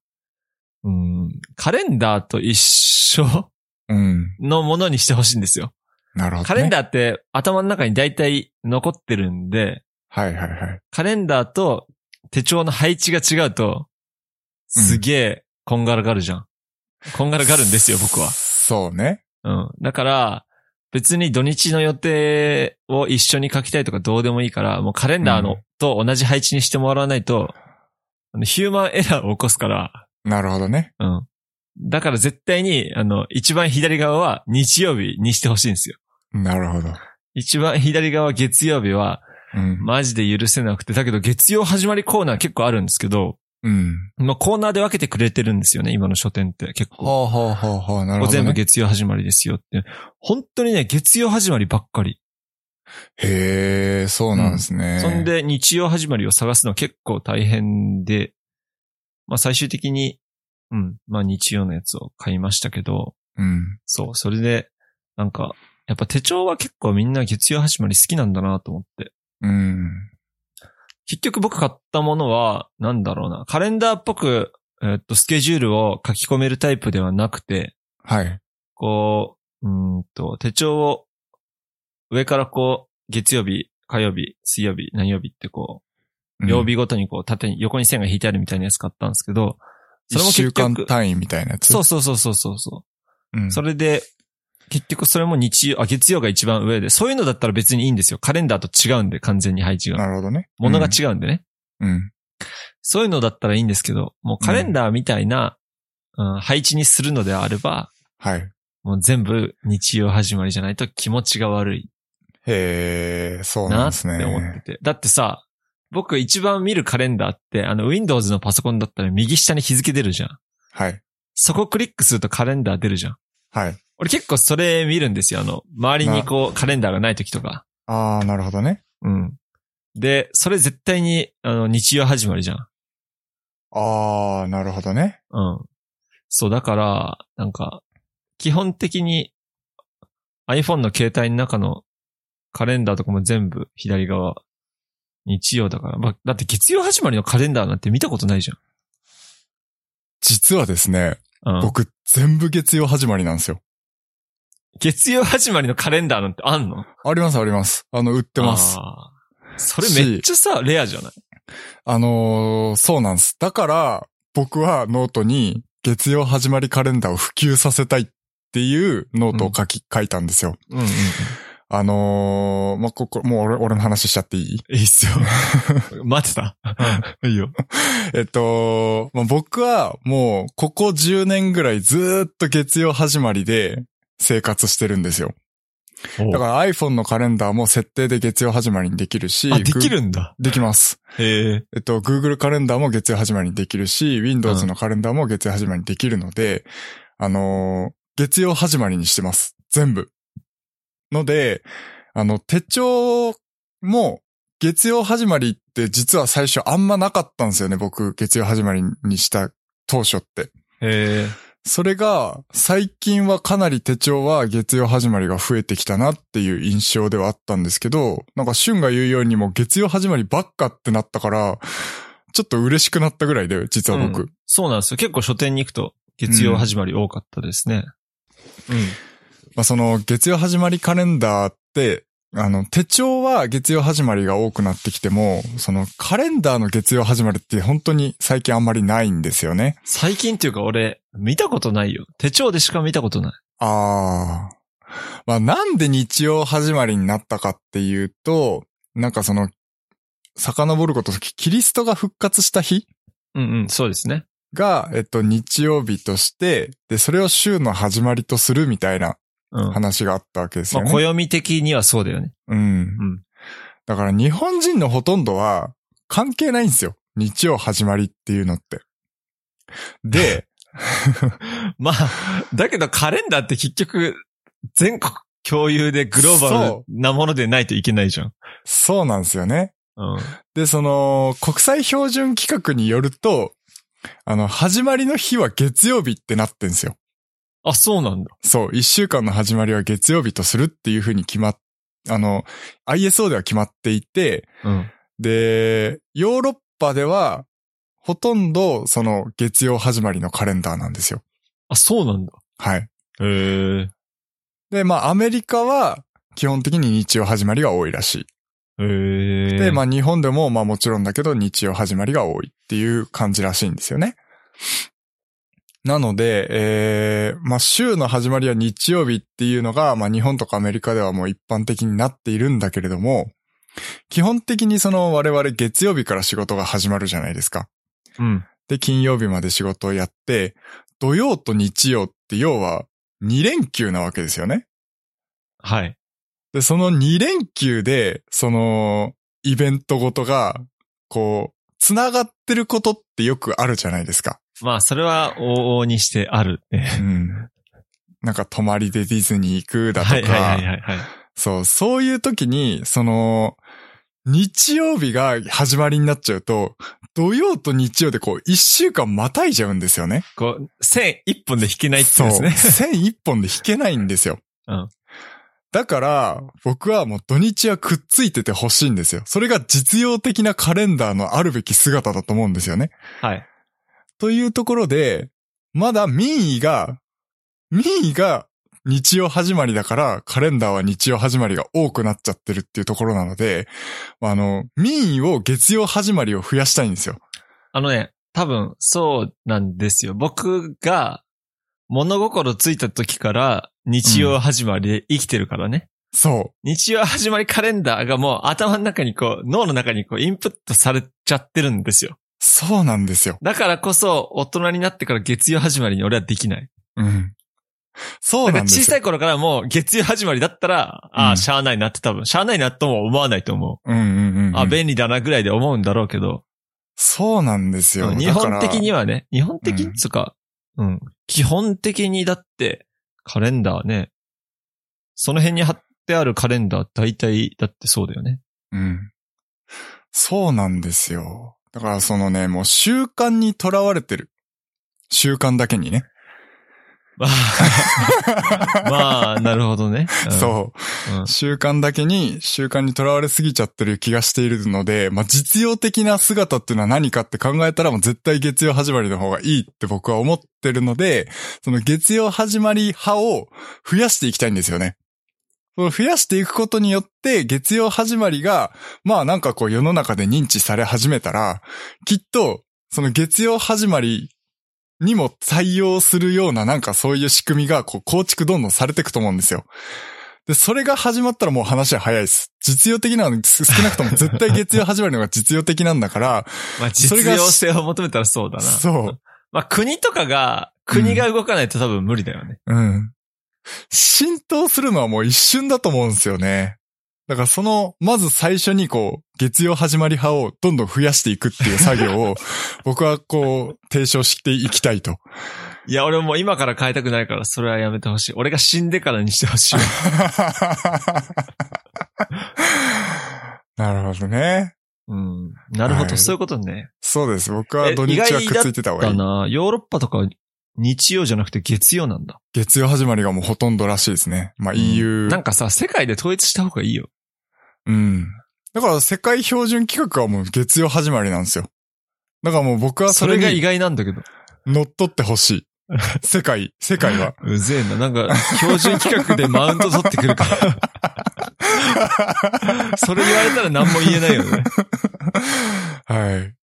[SPEAKER 2] うん、カレンダーと一緒
[SPEAKER 1] うん。
[SPEAKER 2] のものにしてほしいんですよ。
[SPEAKER 1] なるほど、ね。
[SPEAKER 2] カレン
[SPEAKER 1] ダー
[SPEAKER 2] ダーって頭の中に大体残ってるんで、
[SPEAKER 1] はいはいはい。
[SPEAKER 2] カレンダーと手帳の配置が違うと、すげえこんがらがるじゃん。こんがらがる んですよ、僕は。
[SPEAKER 1] そうね。
[SPEAKER 2] うん。だから、別に土日の予定を一緒に書きたいとかどうでもいいから、もうカレンダーの、
[SPEAKER 1] うん
[SPEAKER 2] と同じ配置にしてもらわないと、あのヒューマンエラーを起こすから、
[SPEAKER 1] なるほどね。
[SPEAKER 2] うん。だから絶対に、あの、一番左側は日曜日にしてほしいんですよ。
[SPEAKER 1] なるほど。
[SPEAKER 2] 一番左側月曜日は、
[SPEAKER 1] うん。
[SPEAKER 2] マジで許せなくて、だけど月曜始まりコーナー結構あるんですけど、
[SPEAKER 1] うん。
[SPEAKER 2] まあコーナーで分けてくれてるんですよね、今の書店って結構。
[SPEAKER 1] ほうほうほうほう。なるほ
[SPEAKER 2] ここ
[SPEAKER 1] ど、ね。
[SPEAKER 2] 全部月曜始まりですよって。本当にね、月曜始まりばっかり。
[SPEAKER 1] へえ、そうなんですね。
[SPEAKER 2] そん、で日曜始まりを探すのは結構大変で、まあ最終的に、うん、まあ日曜のやつを買いましたけど、
[SPEAKER 1] うん。
[SPEAKER 2] そう、それで、なんか、やっぱ手帳は結構みんな月曜始まり好きなんだなと思って。
[SPEAKER 1] うん。
[SPEAKER 2] 結局僕買ったものは、なんだろうな、カレンダーっぽく、えっと、スケジュールを書き込めるタイプではなくて、
[SPEAKER 1] はい。
[SPEAKER 2] こう、うーんと、手帳を上からこう、月曜日、火曜日、水曜日、何曜日ってこ
[SPEAKER 1] う
[SPEAKER 2] う、
[SPEAKER 1] ん
[SPEAKER 2] 曜日ごとにこう、縦に、横に線が引いてあるみたいなやつ買ったんですけど、それも
[SPEAKER 1] 一
[SPEAKER 2] 結
[SPEAKER 1] 週間
[SPEAKER 2] 局、
[SPEAKER 1] 単位みたいなやつ。
[SPEAKER 2] そうそうそうそうそうそう。
[SPEAKER 1] うん。
[SPEAKER 2] それで、結局それも日曜、あ、月曜が一番上で、そういうのだったら別にいいんですよ。カレンダーと違うんで、完全に配置
[SPEAKER 1] な
[SPEAKER 2] が。
[SPEAKER 1] るほどね。
[SPEAKER 2] ものが違うんでね。
[SPEAKER 1] うん。うん。
[SPEAKER 2] そういうのだったらいいんですけど、もうカレンダーみたいな、うん、配置にするのであれば、
[SPEAKER 1] はい。
[SPEAKER 2] もう全部日曜始まりじゃないと気持ちが悪い
[SPEAKER 1] へえ、そうなんで
[SPEAKER 2] なって
[SPEAKER 1] すね。
[SPEAKER 2] 思ってて。だってさ、僕一番見るカレンダーって、あの Windows のパソコンだったら右下に日付出るじゃん。
[SPEAKER 1] はい。
[SPEAKER 2] そこクリックするとカレンダー出るじゃん。
[SPEAKER 1] はい。
[SPEAKER 2] 俺結構それ見るんですよ。あの、周りにこうカレンダーがない時とか。
[SPEAKER 1] ああ、なるほどね。
[SPEAKER 2] うん。で、それ絶対に、あの、日曜始まりじゃん。
[SPEAKER 1] ああ、なるほどね。
[SPEAKER 2] うん。そう、だから、なんか、基本的に iPhone の携帯の中のカレンダーとかも全部左側、日曜だから。まあ、だって月曜始まりのカレンダーなんて見たことないじ
[SPEAKER 1] 実はですね、
[SPEAKER 2] ゃん。うん、
[SPEAKER 1] 僕、全部月曜始まりなんですよ。
[SPEAKER 2] 月曜始まりのカレンダーなんてあんの
[SPEAKER 1] あります、あります。あの、売ってます。あ
[SPEAKER 2] あーそれめっちゃさ、レアじゃない
[SPEAKER 1] のーそうなんです。だから、僕はノートに月曜始まりカレンダーを普及させたいっていうノートを書き、書いたんですよ。
[SPEAKER 2] うんうん。
[SPEAKER 1] あのーまあ、ここ、もう俺俺の話しちゃっていい
[SPEAKER 2] いいっすよ。 待ってた。いい よ。
[SPEAKER 1] えっと、まあ、僕はもう、ここ10年ぐらいずーっと月曜始まりで生活してるんですよ。だから iPhone のカレンダーも設定で月曜始まりにできるし、
[SPEAKER 2] あ、できるんだ。
[SPEAKER 1] ぐできます。
[SPEAKER 2] へえ。
[SPEAKER 1] えっと、Google カレンダーも月曜始まりにできるし、Windows のカレンダーも月曜始まりにできるので、あのー月曜始まりにしてます。全部。ので、あの、手帳も月曜始まりって実は最初あんまなかったんですよね、僕。月曜始まりにした当初って。
[SPEAKER 2] へえ。
[SPEAKER 1] それが、最近はかなり手帳は月曜始まりが増えてきたなっていう印象ではあったんですけど、なんか旬が言うようにも月曜始まりばっかってなったから、ちょっと嬉しくなったぐらいだよ、実は僕。
[SPEAKER 2] うんそうなんですよ。結構書店に行くと月曜始まり多かったですね。う
[SPEAKER 1] まあ、その月曜始まりカレンダーって、あの、手帳は月曜始まりが多くなってきても、そのカレンダーの月曜始まりって本当に最近あんまりないんですよね。
[SPEAKER 2] ん。最近っていうか俺、見たことないよ。手帳でしか見たことない。
[SPEAKER 1] ああ。まあ、なんで日曜始まりになったかっていうと、なんかその、遡ること、キリストが復活した日
[SPEAKER 2] うんうん、そうですね。
[SPEAKER 1] が、えっと、日曜日として、で、それを週の始まりとするみたいな
[SPEAKER 2] うん。まあ、
[SPEAKER 1] 話があったわけですよね。
[SPEAKER 2] 暦的にはそうだよね。
[SPEAKER 1] うん。
[SPEAKER 2] ん
[SPEAKER 1] だから日本人のほとんどは関係ないんですよ。日曜始まりっていうのって。で、
[SPEAKER 2] まあ、だけどカレンダーって結局、全国共有でグローバ
[SPEAKER 1] そ
[SPEAKER 2] ルなものでないといけないじゃん。
[SPEAKER 1] そうなんですよね。
[SPEAKER 2] うん。
[SPEAKER 1] で、その、国際標準規格によると、あの、始まりの日は月曜日ってなってんですよ。
[SPEAKER 2] あ、そうなんだ。
[SPEAKER 1] そう、一週間の始まりは月曜日とするっていうふうに決まっ、あの、ISO では決まっていて、
[SPEAKER 2] うん。
[SPEAKER 1] で、ヨーロッパでは、ほとんど、その、月曜始まりのカレンダーなんですよ。
[SPEAKER 2] あ、そうなんだ。
[SPEAKER 1] はい。
[SPEAKER 2] へえ。
[SPEAKER 1] で、まあ、アメリカは、基本的に日曜始まりが多いらし
[SPEAKER 2] へえ。
[SPEAKER 1] い。で、まあ、日本でも、まあ、もちろんだけど、日曜始まりが多いっていう感じらしいんですよね。なので、えー、まあ、週の始まりは日曜日っていうのが、まあ、日本とかアメリカではもう一般的になっているんだけれども、基本的にその我々月曜日から仕事が始まるじゃないですか。
[SPEAKER 2] うん。
[SPEAKER 1] で、金曜日まで仕事をやって、土曜と日曜って要は2連休なわけですよね。
[SPEAKER 2] はい。
[SPEAKER 1] で、その2連休で、その、イベントごとが、こう、つながってることってよくあるじゃないですか。
[SPEAKER 2] まあ、それは往々にして あるね。
[SPEAKER 1] うん。なんか、泊まりでディズニー行くだとか、
[SPEAKER 2] はいはいはいはい、はい。
[SPEAKER 1] そう、そういう時に、その、日曜日が始まりになっちゃうと、土曜と日曜でこう、一週間またいじゃうんですよね。
[SPEAKER 2] こう、線一本で引けないってやつ ね。
[SPEAKER 1] そう線一本で引けないんですよ。
[SPEAKER 2] うん
[SPEAKER 1] だから、僕はもう土日はくっついててほしいんですよ。それが実用的なカレンダーのあるべき姿だと思うんですよね。
[SPEAKER 2] はい。
[SPEAKER 1] というところで、まだ民意が、民意が日曜始まりだから、カレンダーは日曜始まりが多くなっちゃってるっていうところなので、あの、民意を月曜始まりを増やしたいんですよ。
[SPEAKER 2] あのね、多分、そうなんですよ。僕が、物心ついた時から、日曜始まりで生きてるからね。
[SPEAKER 1] そ
[SPEAKER 2] 日曜始まりカレンダーがもう頭の中にこう、脳の中にこう、インプットされちゃってるんですよ。
[SPEAKER 1] う。そうなんですよ。
[SPEAKER 2] だからこそ、大人になってから月曜始まりに俺はできない。
[SPEAKER 1] うん。そう
[SPEAKER 2] だか
[SPEAKER 1] な
[SPEAKER 2] ら
[SPEAKER 1] んです
[SPEAKER 2] 小
[SPEAKER 1] よ
[SPEAKER 2] さい頃からもう月曜始まりだったら、あ
[SPEAKER 1] うん
[SPEAKER 2] あ、しゃあないなって多分、しゃあないなとも思わないと思
[SPEAKER 1] うんうんうんう
[SPEAKER 2] う。
[SPEAKER 1] ん。
[SPEAKER 2] あ便利だなぐらいで思うんだろうけど、
[SPEAKER 1] そうなんですよ。
[SPEAKER 2] 日本的に
[SPEAKER 1] は。
[SPEAKER 2] はね、日本的
[SPEAKER 1] うん
[SPEAKER 2] につうか、うん。基本的にだって、カレンダーね、その辺に貼ってあるカレンダー大体だってそうだよね。
[SPEAKER 1] うん。そうなんですよ。だからそのね、もう習慣にとらわれてる。習慣だけにね。
[SPEAKER 2] まあ、まあ、なるほどね。
[SPEAKER 1] そうう。
[SPEAKER 2] ん。
[SPEAKER 1] 習慣だけに、習慣にとらわれすぎちゃってる気がしているので、まあ、実用的な姿っていうのは何かって考えたら、もう絶対月曜始まりの方がいいって僕は思ってるので、その月曜始まり派を増やしていきたいんですよね。その増やしていくことによって、月曜始まりが、まあなんかこう世の中で認知され始めたら、きっと、その月曜始まりにも採用するようななんかそういう仕組みがこう構築どんどんされていくと思うんですよ。で、それが始まったらもう話は早いです。実用的なの、す少なくとも絶対月曜始まりの方が実用的なんだから、
[SPEAKER 2] ま
[SPEAKER 1] そ
[SPEAKER 2] あ、実
[SPEAKER 1] れが
[SPEAKER 2] 用性を求めたらそうだな。
[SPEAKER 1] そう。
[SPEAKER 2] まあ、国とかが、国が動かないと多分無理だよね。
[SPEAKER 1] うん。浸透するのはもう一瞬だと思うんですよね。だからその、まず最初にこう、月曜始まり派をどんどん増やしていくっていう作業 を、僕はこう、提唱していきたいと。
[SPEAKER 2] いや、俺もう今から変えたくないから、それはやめてほしい。俺が死んでからにしてほしい。
[SPEAKER 1] なるほどね。
[SPEAKER 2] うん。なるほ
[SPEAKER 1] は
[SPEAKER 2] ど、
[SPEAKER 1] い
[SPEAKER 2] そういうことね。
[SPEAKER 1] そうです。僕は土日はくっついてた方が
[SPEAKER 2] だ
[SPEAKER 1] いい。
[SPEAKER 2] な。ヨーロッパとか日曜じゃなくて月曜なんだ。
[SPEAKER 1] 月曜始まりがもうほとんどらしいですね。まあ EU。
[SPEAKER 2] なんかさ、世界で統一した方がいいよ。
[SPEAKER 1] うん。だから世界標準規格はもう月曜始まりなんですよ。だからもう僕はそ
[SPEAKER 2] それ
[SPEAKER 1] れ
[SPEAKER 2] が意
[SPEAKER 1] に
[SPEAKER 2] 外なんだけど。
[SPEAKER 1] 乗っ取ってほしい。世界、世界 は。
[SPEAKER 2] うぜえな。なんか、標準規格でマウント取ってくる から。それ言われたら何も言えないよね。
[SPEAKER 1] はい。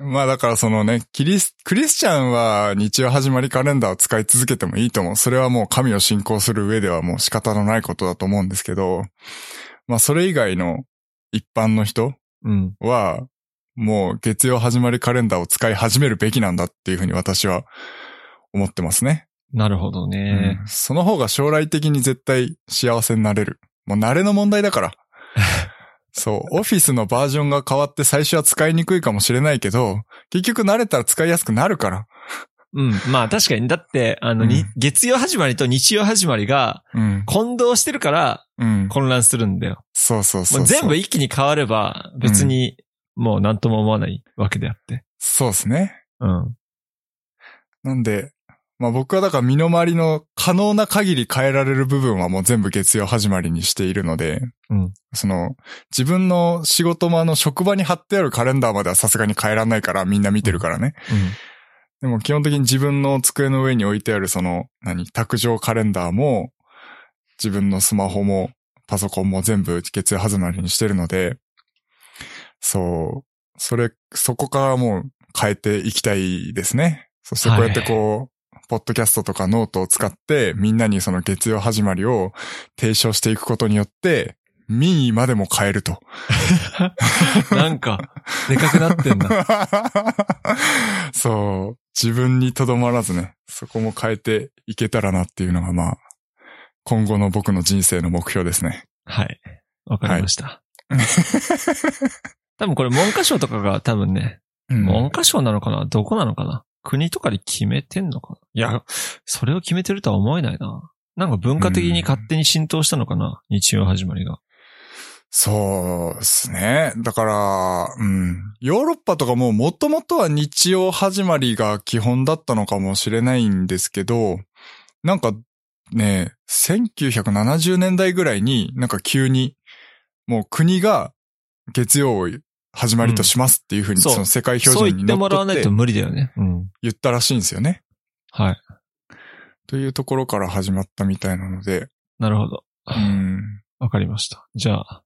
[SPEAKER 1] まあだからそのね、キリス、クリスチャンは日曜始まりカレンダーを使い続けてもいいと思う。それはもう神を信仰する上ではもう仕方のないことだと思うんですけど、まあそれ以外の一般の人
[SPEAKER 2] うん。
[SPEAKER 1] は、もう月曜始まりカレンダーを使い始めるべきなんだっていうふうに私は思ってますね。
[SPEAKER 2] なるほどね。
[SPEAKER 1] うんその方が将来的に絶対幸せになれる。もう慣れの問題だ から。そう。オフィスのバージョンが変わって最初は使いにくいかもしれないけど、結局慣れたら使いやすくなるから。
[SPEAKER 2] うん。まあ確かに、だって、あの、に
[SPEAKER 1] うん
[SPEAKER 2] 月曜始まりと日曜始まりが
[SPEAKER 1] うん。
[SPEAKER 2] 混同してるから
[SPEAKER 1] うん。
[SPEAKER 2] 混乱するんだよ。
[SPEAKER 1] そうそうそうそう。
[SPEAKER 2] もう全部一気に変われば別にもう何とも思わないわけであって。
[SPEAKER 1] そうですね。
[SPEAKER 2] うん。
[SPEAKER 1] なんで、まあ僕はだから身の回りの可能な限り変えられる部分はもう全部月曜始まりにしているので、
[SPEAKER 2] うん
[SPEAKER 1] その自分の仕事もあの職場に貼ってあるカレンダーまではさすがに変えらんないからみんな見てるからね。でも基本的に自分の机の上に置いてあるその、何、卓上カレンダーも、自分のスマホも、パソコンも全部月曜始まりにしてるので、そう、それ、そこからもう変えていきたいですね。そしてこうやってこう、ポッドキャストとかノートを使って、みんなにその月曜始まりを提唱していくことによって、民意までも変えると。
[SPEAKER 2] うん。なんか、でかくなってんだ。
[SPEAKER 1] そう。自分にとどまらずね、そこも変えていけたらなっていうのがまあ、今後の僕の人生の目標ですね。
[SPEAKER 2] はい。わかりました。多分これ文科省とかが多分ね、
[SPEAKER 1] うん
[SPEAKER 2] 文科省なのかなどこなのかな国とかで決めてんのかないや、それを決めてるとは思えないな。なんか文化的に勝手に浸透したのかな、日曜始まりが。
[SPEAKER 1] そうですね。だから、うん。ヨーロッパとかももともとは日曜始まりが基本だったのかもしれないんですけど、なんかね、1970年代ぐらいになんか急に、もう国が月曜を始まりとしますっていうふうに、
[SPEAKER 2] うんそう
[SPEAKER 1] その世界標
[SPEAKER 2] そう
[SPEAKER 1] 準に
[SPEAKER 2] 言って
[SPEAKER 1] 乗
[SPEAKER 2] も
[SPEAKER 1] っ
[SPEAKER 2] らわ
[SPEAKER 1] 取っ
[SPEAKER 2] な
[SPEAKER 1] て
[SPEAKER 2] いと無理だよね。うん。
[SPEAKER 1] 言ったらしいんですよね。
[SPEAKER 2] はい。
[SPEAKER 1] というところから始まったみたいなので、
[SPEAKER 2] なるほど。
[SPEAKER 1] うん。
[SPEAKER 2] わかりました。じゃあ、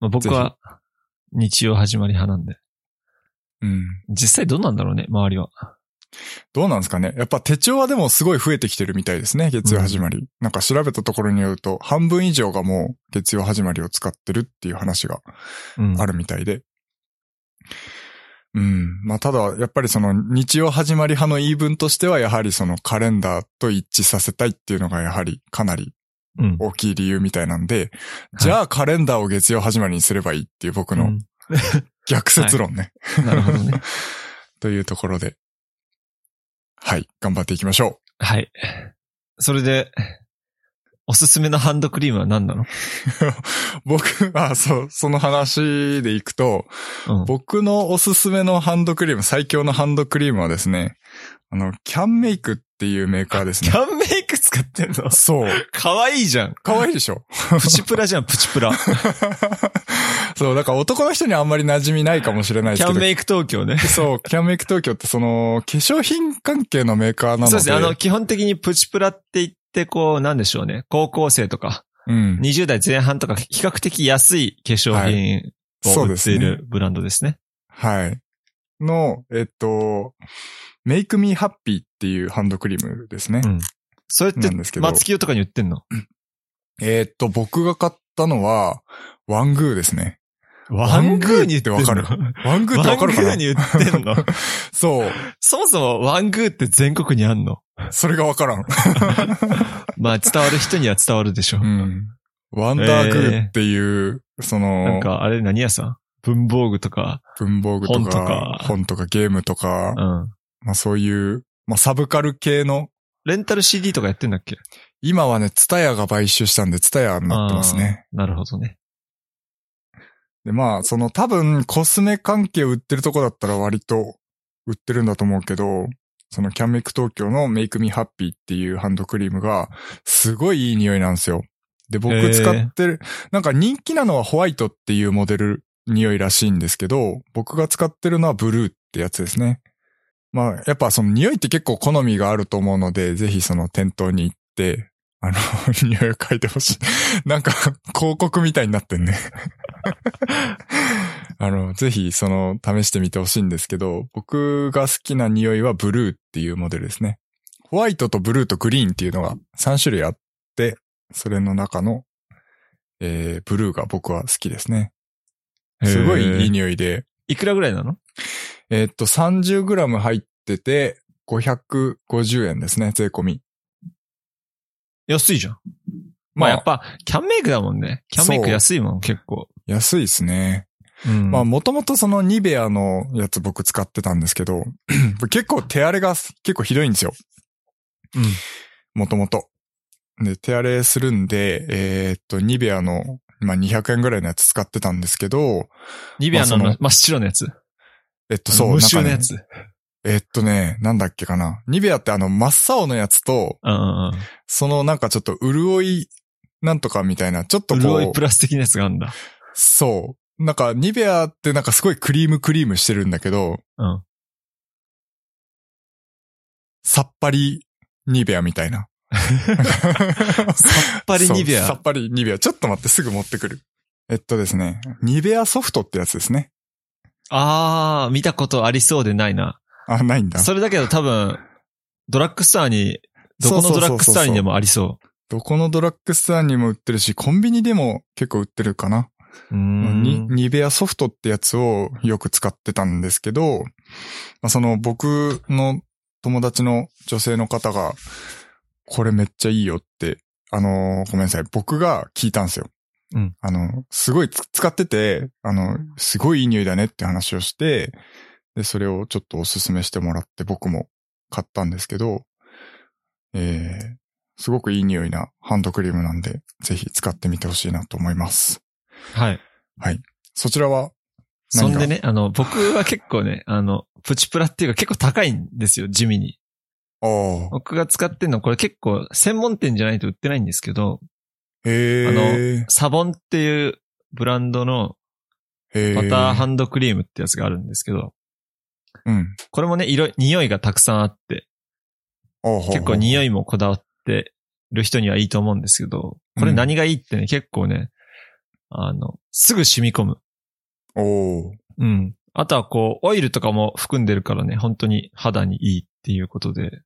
[SPEAKER 2] まあ、僕は日曜始まり派なんで。
[SPEAKER 1] うん。
[SPEAKER 2] 実際どうなんだろうね、周りは。
[SPEAKER 1] どうなんですかねやっぱ手帳はでもすごい増えてきてるみたいですね、月曜始まり。なんか調べたところによると、半分以上がもう月曜始まりを使ってるっていう話が
[SPEAKER 2] うん。
[SPEAKER 1] あるみたいで。うん。まあただ、やっぱりその日曜始まり派の言い分としては、やはりそのカレンダーと一致させたいっていうのがやはりかなり
[SPEAKER 2] うん。
[SPEAKER 1] 大きい理由みたいなんで、じゃあカレンダーを月曜始まりにすればいいっていう僕
[SPEAKER 2] う
[SPEAKER 1] の
[SPEAKER 2] ん
[SPEAKER 1] 逆説論ね。
[SPEAKER 2] なるほどね。
[SPEAKER 1] というところで。はい。頑張っていきましょう。
[SPEAKER 2] はい。それで、おすすめのハンドクリームは何なの
[SPEAKER 1] 僕、あ、そう、その話でいくと、
[SPEAKER 2] うん。
[SPEAKER 1] 僕のおすすめのハンドクリーム、最強のハンドクリームはですね、あの、キャンメイクっていうメーカーです
[SPEAKER 2] キ
[SPEAKER 1] ね。
[SPEAKER 2] ャンメイク使ってんの
[SPEAKER 1] そう。
[SPEAKER 2] かわいいじゃん。
[SPEAKER 1] かわいいでしょ
[SPEAKER 2] プチプラじゃん、プチプ ラ。
[SPEAKER 1] そう、だから男の人にはあんまり馴染みないかもしれないで
[SPEAKER 2] キ
[SPEAKER 1] す
[SPEAKER 2] ャ
[SPEAKER 1] け
[SPEAKER 2] ン
[SPEAKER 1] ど。
[SPEAKER 2] メイク東京ね。
[SPEAKER 1] そう、キャンメイク東京ってその、化粧品関係のメーカーなので。
[SPEAKER 2] そうですね。あの、基本的にプチプラって言って、こう、なんでしょうね。高校生とか、
[SPEAKER 1] うん。
[SPEAKER 2] 20代前半とか、比較的安い化粧
[SPEAKER 1] は
[SPEAKER 2] 品
[SPEAKER 1] そ
[SPEAKER 2] を
[SPEAKER 1] う
[SPEAKER 2] 売
[SPEAKER 1] で
[SPEAKER 2] って
[SPEAKER 1] す
[SPEAKER 2] い
[SPEAKER 1] ね。
[SPEAKER 2] るブランドですね。
[SPEAKER 1] はい。の、えっと、Make Me Happy っていうハンドクリームですね。
[SPEAKER 2] それって
[SPEAKER 1] なんですけ、ど
[SPEAKER 2] 松清とかに売ってんの
[SPEAKER 1] えーっと、僕が買ったのは、ワングーですね。
[SPEAKER 2] ワングーに売
[SPEAKER 1] に
[SPEAKER 2] って
[SPEAKER 1] て
[SPEAKER 2] んの
[SPEAKER 1] わかるワングーってわ
[SPEAKER 2] ワ
[SPEAKER 1] か
[SPEAKER 2] ング
[SPEAKER 1] るかな
[SPEAKER 2] ーに売ってんの
[SPEAKER 1] そう。
[SPEAKER 2] そもそもワングーって全国にあんの
[SPEAKER 1] それがわからん。
[SPEAKER 2] まあ伝わる人には伝わるでしょ。
[SPEAKER 1] うん。ワンダーグーっていう、そ
[SPEAKER 2] なん
[SPEAKER 1] の、
[SPEAKER 2] か、あれ何屋さん文房具とか、
[SPEAKER 1] 文房具とか、
[SPEAKER 2] 本とか
[SPEAKER 1] 本とかゲームとか、
[SPEAKER 2] うん。
[SPEAKER 1] まあそういう、まあサブカル系の、
[SPEAKER 2] レンタル CD とかやってんだっけ
[SPEAKER 1] 今はね、ツタヤが買収したんで、ツタヤになってますね。
[SPEAKER 2] なるほどね。
[SPEAKER 1] で、まあ、その多分コスメ関係売ってるとこだったら割と売ってるんだと思うけど、そのキャンメイク東京のメイクミハッピーっていうハンドクリームが、すごいいい匂いなんですよ。で、僕
[SPEAKER 2] へー
[SPEAKER 1] 使ってる、なんか人気なのはホワイトっていうモデル匂いらしいんですけど、僕が使ってるのはブルーってやつですね。まあ、やっぱその匂いって結構好みがあると思うので、ぜひその店頭に行って、あの、 匂いを嗅いでほしい。なんか、広告みたいになってんね。 あの、ぜひ、その、試してみてほしいんですけど、僕が好きな匂いはブルーっていうモデルですね。ホワイトとブルーとグリーンっていうのが3種類あって、それの中の、えー、ブルーが僕は好きですね。すごいいい
[SPEAKER 2] い。
[SPEAKER 1] 匂いで、
[SPEAKER 2] いくらぐらいなの
[SPEAKER 1] えーっと、30g 入ってて、550円ですね、税込み。
[SPEAKER 2] 安いじゃん。まあやっぱ、キャンメイクだもんね。キャンメイク安いもん、結構。
[SPEAKER 1] 安いですね。
[SPEAKER 2] うん。
[SPEAKER 1] まあ、もともとそのニベアのやつ僕使ってたんですけど、 結構手荒れが結構ひどいんですよ。
[SPEAKER 2] うん。
[SPEAKER 1] もともと。で、手荒れするんで、えーっと、ニベアの、まあ、200円ぐらいのやつ使ってたんですけど、
[SPEAKER 2] ニベ
[SPEAKER 1] まあ
[SPEAKER 2] アの
[SPEAKER 1] その
[SPEAKER 2] 真っ白のやつ。
[SPEAKER 1] えっと、そう、
[SPEAKER 2] 無
[SPEAKER 1] なんか
[SPEAKER 2] 臭のや
[SPEAKER 1] ね、
[SPEAKER 2] つ。
[SPEAKER 1] えっとね、なんだっけかな。ニベアってあの、真っ青のやつと、
[SPEAKER 2] うんうんうん。
[SPEAKER 1] そのなんかちょっと潤い、なんとかみたいな、ちょっとこ
[SPEAKER 2] 潤いうプ、ラス的なやつがあるん だ。
[SPEAKER 1] そう。なんか、ニベアってなんかすごいクリームクリームしてるんだけど、
[SPEAKER 2] うん。
[SPEAKER 1] さっぱりニベアみた いな。 さ
[SPEAKER 2] っぱりニベア
[SPEAKER 1] さっぱりニベア。ちょっと待って、すぐ持ってくる。えっとですね、ニベアソフトってやつですね。
[SPEAKER 2] あー、見たことありそうでないな。
[SPEAKER 1] あ、ないんだ。
[SPEAKER 2] それだけど多分、ドラッグストアに、どこの
[SPEAKER 1] そうそうそうそ
[SPEAKER 2] ド
[SPEAKER 1] う
[SPEAKER 2] ラッグストアにでもありそ
[SPEAKER 1] どこのドラッグストアにも売ってるし、コンビニでも結構売ってるかな。
[SPEAKER 2] う。うー
[SPEAKER 1] に
[SPEAKER 2] ん。
[SPEAKER 1] ニベアソフトってやつをよく使ってたんですけど、まあ、その僕の友達の女性の方が、これめっちゃいいよって、あのーごめんなさい、僕が聞いたんですよ。
[SPEAKER 2] うん
[SPEAKER 1] あの、すごいつ使ってて、あの、すごいいい匂いだねって話をして、で、それをちょっとおすすめしてもらって僕も買ったんですけど、えー、すごくいい匂いなハンドクリームなんで、ぜひ使ってみてほしいなと思います。
[SPEAKER 2] はい。
[SPEAKER 1] そちらは、
[SPEAKER 2] そんでね、あの、僕は結構ね、あの、プチプラっていうか結構高いんですよ、地味に。
[SPEAKER 1] ああ、
[SPEAKER 2] 僕が使ってんの、これ結構専門店じゃないと売ってないんですけど、
[SPEAKER 1] へえ。
[SPEAKER 2] あのサボンっていうブランドの
[SPEAKER 1] へ
[SPEAKER 2] バターハ
[SPEAKER 1] ン、
[SPEAKER 2] ンドクリームってやつがあるんですけど、
[SPEAKER 1] うん。
[SPEAKER 2] これもね、色い、匂いがたくさんあって、結構匂
[SPEAKER 1] い。
[SPEAKER 2] いもこだわってる人にはいいと思うんですけど、これ何がいいってね、結構ね、あの、すぐ染み込む。
[SPEAKER 1] おお。
[SPEAKER 2] うん。あとはこう、オイルとかも含んでるからね、本当に肌にいいっていうことで、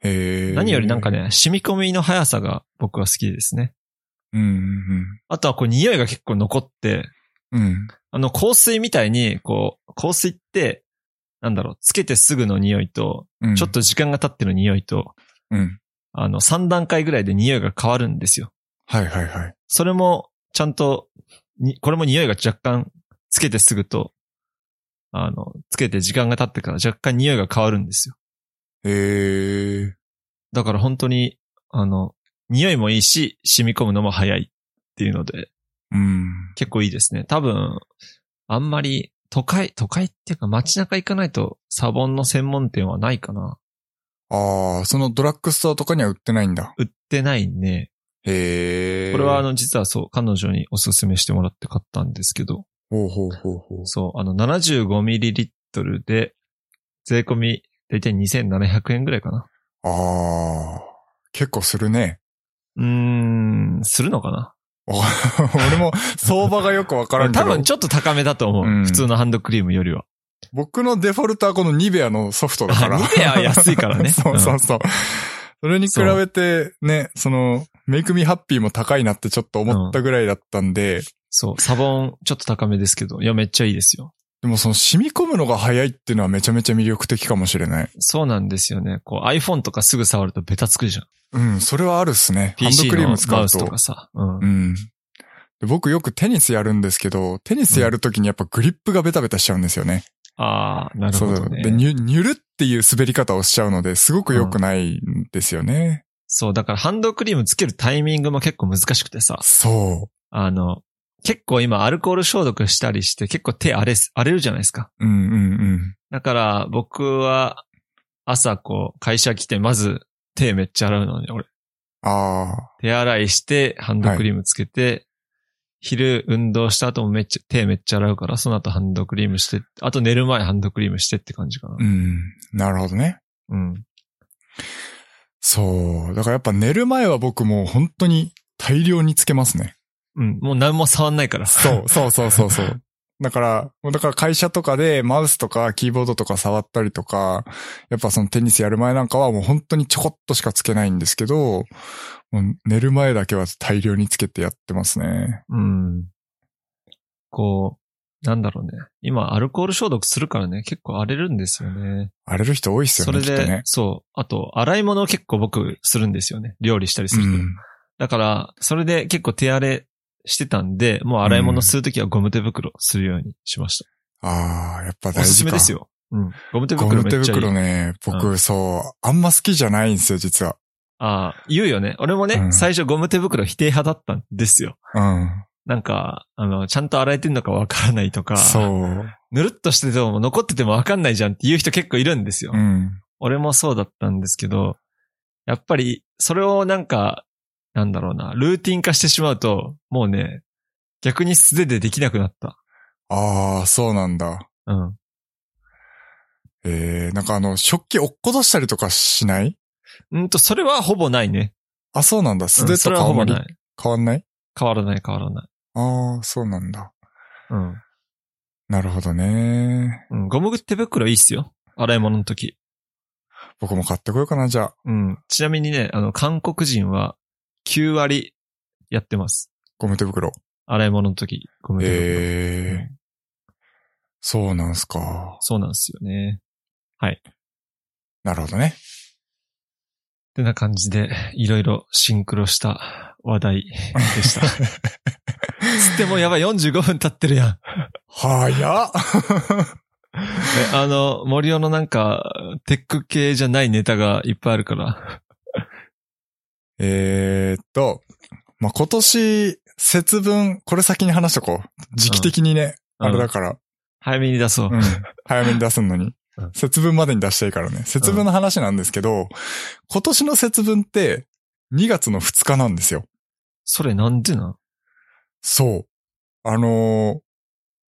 [SPEAKER 1] へえ。
[SPEAKER 2] 何よりなんか、ね、染み込みの速さが僕は好きですね。
[SPEAKER 1] うん、
[SPEAKER 2] あとはこう、匂いが結構残って、
[SPEAKER 1] うん、うん。
[SPEAKER 2] あの、香水みたいに、こう、香水って、なんだろう、つけてすぐの匂いと、
[SPEAKER 1] うん。
[SPEAKER 2] ちょっ。と時間が経ってる匂いと、
[SPEAKER 1] うん。
[SPEAKER 2] あの、3段階ぐらいで匂いが変わるんですよ。
[SPEAKER 1] はいはいはい。
[SPEAKER 2] それも、ちゃんと、に、これも匂いが若干つけてすぐと、あの、つけて時間が経ってから若干匂いが変わるんですよ。
[SPEAKER 1] へえ。
[SPEAKER 2] だから本当に、あの、匂いもいいし、染み込むのも早いっていうので、
[SPEAKER 1] うん。
[SPEAKER 2] 結構いいですね。多分、あんまり都会、都会っていうか街中行かないとサボンの専門店はないかな。
[SPEAKER 1] ああ、そのドラッグストアとかには売ってないんだ。
[SPEAKER 2] 売ってないね。
[SPEAKER 1] へえ。
[SPEAKER 2] これはあ、の、実はそう、彼女におすすめしてもらって買ったんですけど、
[SPEAKER 1] ほうほうほうほう。
[SPEAKER 2] そう、あの、75ml で、税込み、だいたい2700円ぐらいかな。
[SPEAKER 1] ああ、結構するね。
[SPEAKER 2] うーん、するのかな
[SPEAKER 1] お俺も相場がよくわからんけ
[SPEAKER 2] 多
[SPEAKER 1] ど。
[SPEAKER 2] 分ちょっと高めだと思う。
[SPEAKER 1] うん
[SPEAKER 2] 普通のハンドクリームよりは。
[SPEAKER 1] 僕のデフォルトはこのニベアのソフトだ から。
[SPEAKER 2] あニベアは安いから ね
[SPEAKER 1] そうそうそう。それに比べてね、その、メイクミハッピーも高いなってちょっと思ったぐらいだったんで、
[SPEAKER 2] そう、サボンちょっと高めですけど、いや、めっちゃいいですよ。
[SPEAKER 1] でもその染み込むのが早いっていうのはめちゃめちゃ魅力的かもしれない。
[SPEAKER 2] そうなんですよね。こう iPhone とかすぐ触るとベタつくじゃん。
[SPEAKER 1] うん、それはあるっすね。ハンド
[SPEAKER 2] PC
[SPEAKER 1] クリー
[SPEAKER 2] の
[SPEAKER 1] ム使
[SPEAKER 2] マ
[SPEAKER 1] う
[SPEAKER 2] ウス
[SPEAKER 1] と。
[SPEAKER 2] とかさ。うん
[SPEAKER 1] う。ん。で僕よくテニスやるんですけど、テニスやるときにやっぱグリップがベタベタしちゃうんですよね。
[SPEAKER 2] ああ、なるほど
[SPEAKER 1] で、
[SPEAKER 2] ね。
[SPEAKER 1] ニュニュルっていう滑り方をしちゃうので、すごく良くないんですよね。
[SPEAKER 2] そう、だからハンドクリームつけるタイミングも結構難しくてさ。
[SPEAKER 1] そ
[SPEAKER 2] あの、結構今アルコール消毒したりして結構手荒れす、荒れるじゃないですか。
[SPEAKER 1] う。うんうんうん。
[SPEAKER 2] だから僕は朝こう、会社来て、まず手めっちゃ洗うのね、俺。
[SPEAKER 1] あ
[SPEAKER 2] 手洗いして、ハンドクリームつけて、昼運動した後もめっちゃ、手めっちゃ洗うから、その後ハンドクリームして、あと寝る前ハンドクリームしてって感じかな
[SPEAKER 1] あ、う。ん。なるほどね。
[SPEAKER 2] うん。
[SPEAKER 1] そう。だからやっぱ寝る前は僕もう本当に大量につけますね。
[SPEAKER 2] うん。もう何も触んないから。
[SPEAKER 1] そ。う、そうそうそうそう。 だから、もうだから会社とかでマウスとかキーボードとか触ったりとか、やっぱそのテニスやる前なんかはもう本当にちょこっとしかつけないんですけど、もう寝る前だけは大量につけてやってますね。
[SPEAKER 2] うん。こう、なんだろうね。今、アルコール消毒するからね、結構荒れるんですよね。
[SPEAKER 1] 荒れる人多いっす
[SPEAKER 2] そ
[SPEAKER 1] よ
[SPEAKER 2] れ
[SPEAKER 1] ね、きっと
[SPEAKER 2] で、
[SPEAKER 1] ね。
[SPEAKER 2] そう。あと、洗い物を結構僕するんですよね。料理したりす
[SPEAKER 1] う
[SPEAKER 2] ると。
[SPEAKER 1] ん。
[SPEAKER 2] だから、それで結構手荒れしてたんで、もう洗い物するときはゴム手袋するようにしまし
[SPEAKER 1] ああ、やっぱ大事か。
[SPEAKER 2] た。おすすめですよ。うん。ゴム手
[SPEAKER 1] ゴ
[SPEAKER 2] 袋
[SPEAKER 1] ム
[SPEAKER 2] めっち
[SPEAKER 1] 手
[SPEAKER 2] ゃいい。
[SPEAKER 1] 袋ね、僕、そう、あんま好きじゃないんですよ、実は。
[SPEAKER 2] ああ、言うよね。俺もね、
[SPEAKER 1] うん
[SPEAKER 2] 最初ゴム手袋否定派だったんですよ。
[SPEAKER 1] うん。
[SPEAKER 2] なんか、あの、ちゃんと洗えてんのかわからないとか。
[SPEAKER 1] そう。
[SPEAKER 2] ぬるっとしてても残っててもわかんないじゃんっていう人結構いるんですよ。
[SPEAKER 1] うん。
[SPEAKER 2] 俺もそうだったんですけど、やっぱりそれをなんか、なんだろうな、ルーティン化してしまうと、もうね、逆に素手でできなくなった。
[SPEAKER 1] ああ、そうなんだ。
[SPEAKER 2] うん。
[SPEAKER 1] えー、なんかあの、食器落っことしたりとかしない
[SPEAKER 2] うんと、それはほぼないね。
[SPEAKER 1] あ、そうなんだ。素手
[SPEAKER 2] うんそ
[SPEAKER 1] と
[SPEAKER 2] れ
[SPEAKER 1] か
[SPEAKER 2] は
[SPEAKER 1] あ
[SPEAKER 2] ほ
[SPEAKER 1] んま
[SPEAKER 2] ぼ
[SPEAKER 1] り
[SPEAKER 2] ない。
[SPEAKER 1] 変わんない
[SPEAKER 2] 変わらない変わらない。
[SPEAKER 1] ああ、そうなんだ。
[SPEAKER 2] うん
[SPEAKER 1] なるほどね。
[SPEAKER 2] うん。ゴム手袋いいっすよ。洗い物の時。
[SPEAKER 1] 僕も買ってこようかな、じゃあ。
[SPEAKER 2] うん。ちなみにね、あの、韓国人は9割やってます。
[SPEAKER 1] ゴム手袋。
[SPEAKER 2] 洗い物の時、ゴム手袋。
[SPEAKER 1] ええー。そうなんすか。
[SPEAKER 2] そうなんですよね。
[SPEAKER 1] なるほどね。
[SPEAKER 2] ってな感じで、いろいろシンクロした話題で した。つってもうやばい、45分経ってるやん。
[SPEAKER 1] 早 っ
[SPEAKER 2] えあの、森尾のなんか、テック系じゃないネタがいっぱいあるから。
[SPEAKER 1] えーっと、まあ、今年、節分、これ先に話しとこう。時期的にね、
[SPEAKER 2] うん
[SPEAKER 1] あれだから、
[SPEAKER 2] 早めに出そう。
[SPEAKER 1] うん早めに出すのに
[SPEAKER 2] うん。
[SPEAKER 1] 節分までに出したいからね。節分の話なんですけど、今年の節分って、2月の2日なんですよ。
[SPEAKER 2] それなんでなん
[SPEAKER 1] そう。あのー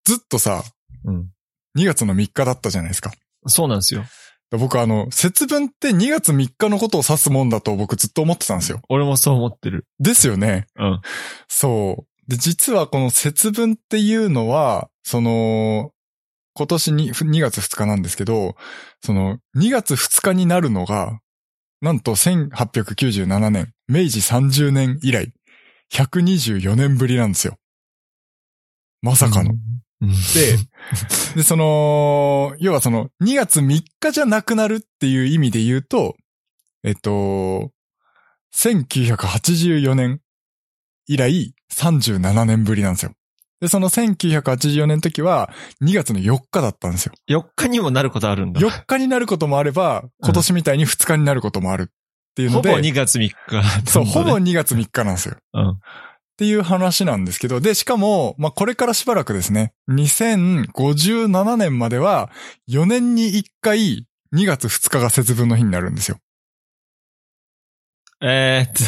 [SPEAKER 1] ずっとさ、
[SPEAKER 2] うん。
[SPEAKER 1] 2月の3日だったじゃないですか。
[SPEAKER 2] そうなんですよ。
[SPEAKER 1] 僕あの、節分って2月3日のことを指すもんだと僕ずっと思ってたんですよ。
[SPEAKER 2] 俺もそう思ってる。
[SPEAKER 1] ですよね。
[SPEAKER 2] うん。
[SPEAKER 1] そう。で、実はこの節分っていうのは、その、今年に2月2日なんですけど、その2月2日になるのが、なんと1897年、明治30年以来、124年ぶりなんですよ。まさかの。
[SPEAKER 2] うん。
[SPEAKER 1] で、 で、その、要はその、2月3日じゃなくなるっていう意味で言うと、えっと、1984年以来37年ぶりなんですよ。で、その1984年の時は2月の4日だったん ですよ。
[SPEAKER 2] 4日にもなることあるんだ。
[SPEAKER 1] 4日になることもあれば、今年みたいに2日になることもあるっていうの
[SPEAKER 2] ほ
[SPEAKER 1] で、
[SPEAKER 2] ぼ2月3日。
[SPEAKER 1] そう、ほぼ
[SPEAKER 2] 2
[SPEAKER 1] 2月3日なんですよ。
[SPEAKER 2] うん。
[SPEAKER 1] っていう話なんですけど、で、しかも、まあ、これからしばらくですね、2057年までは、4年に1回、2月2日が節分の日になるんですよ。
[SPEAKER 2] えーっと、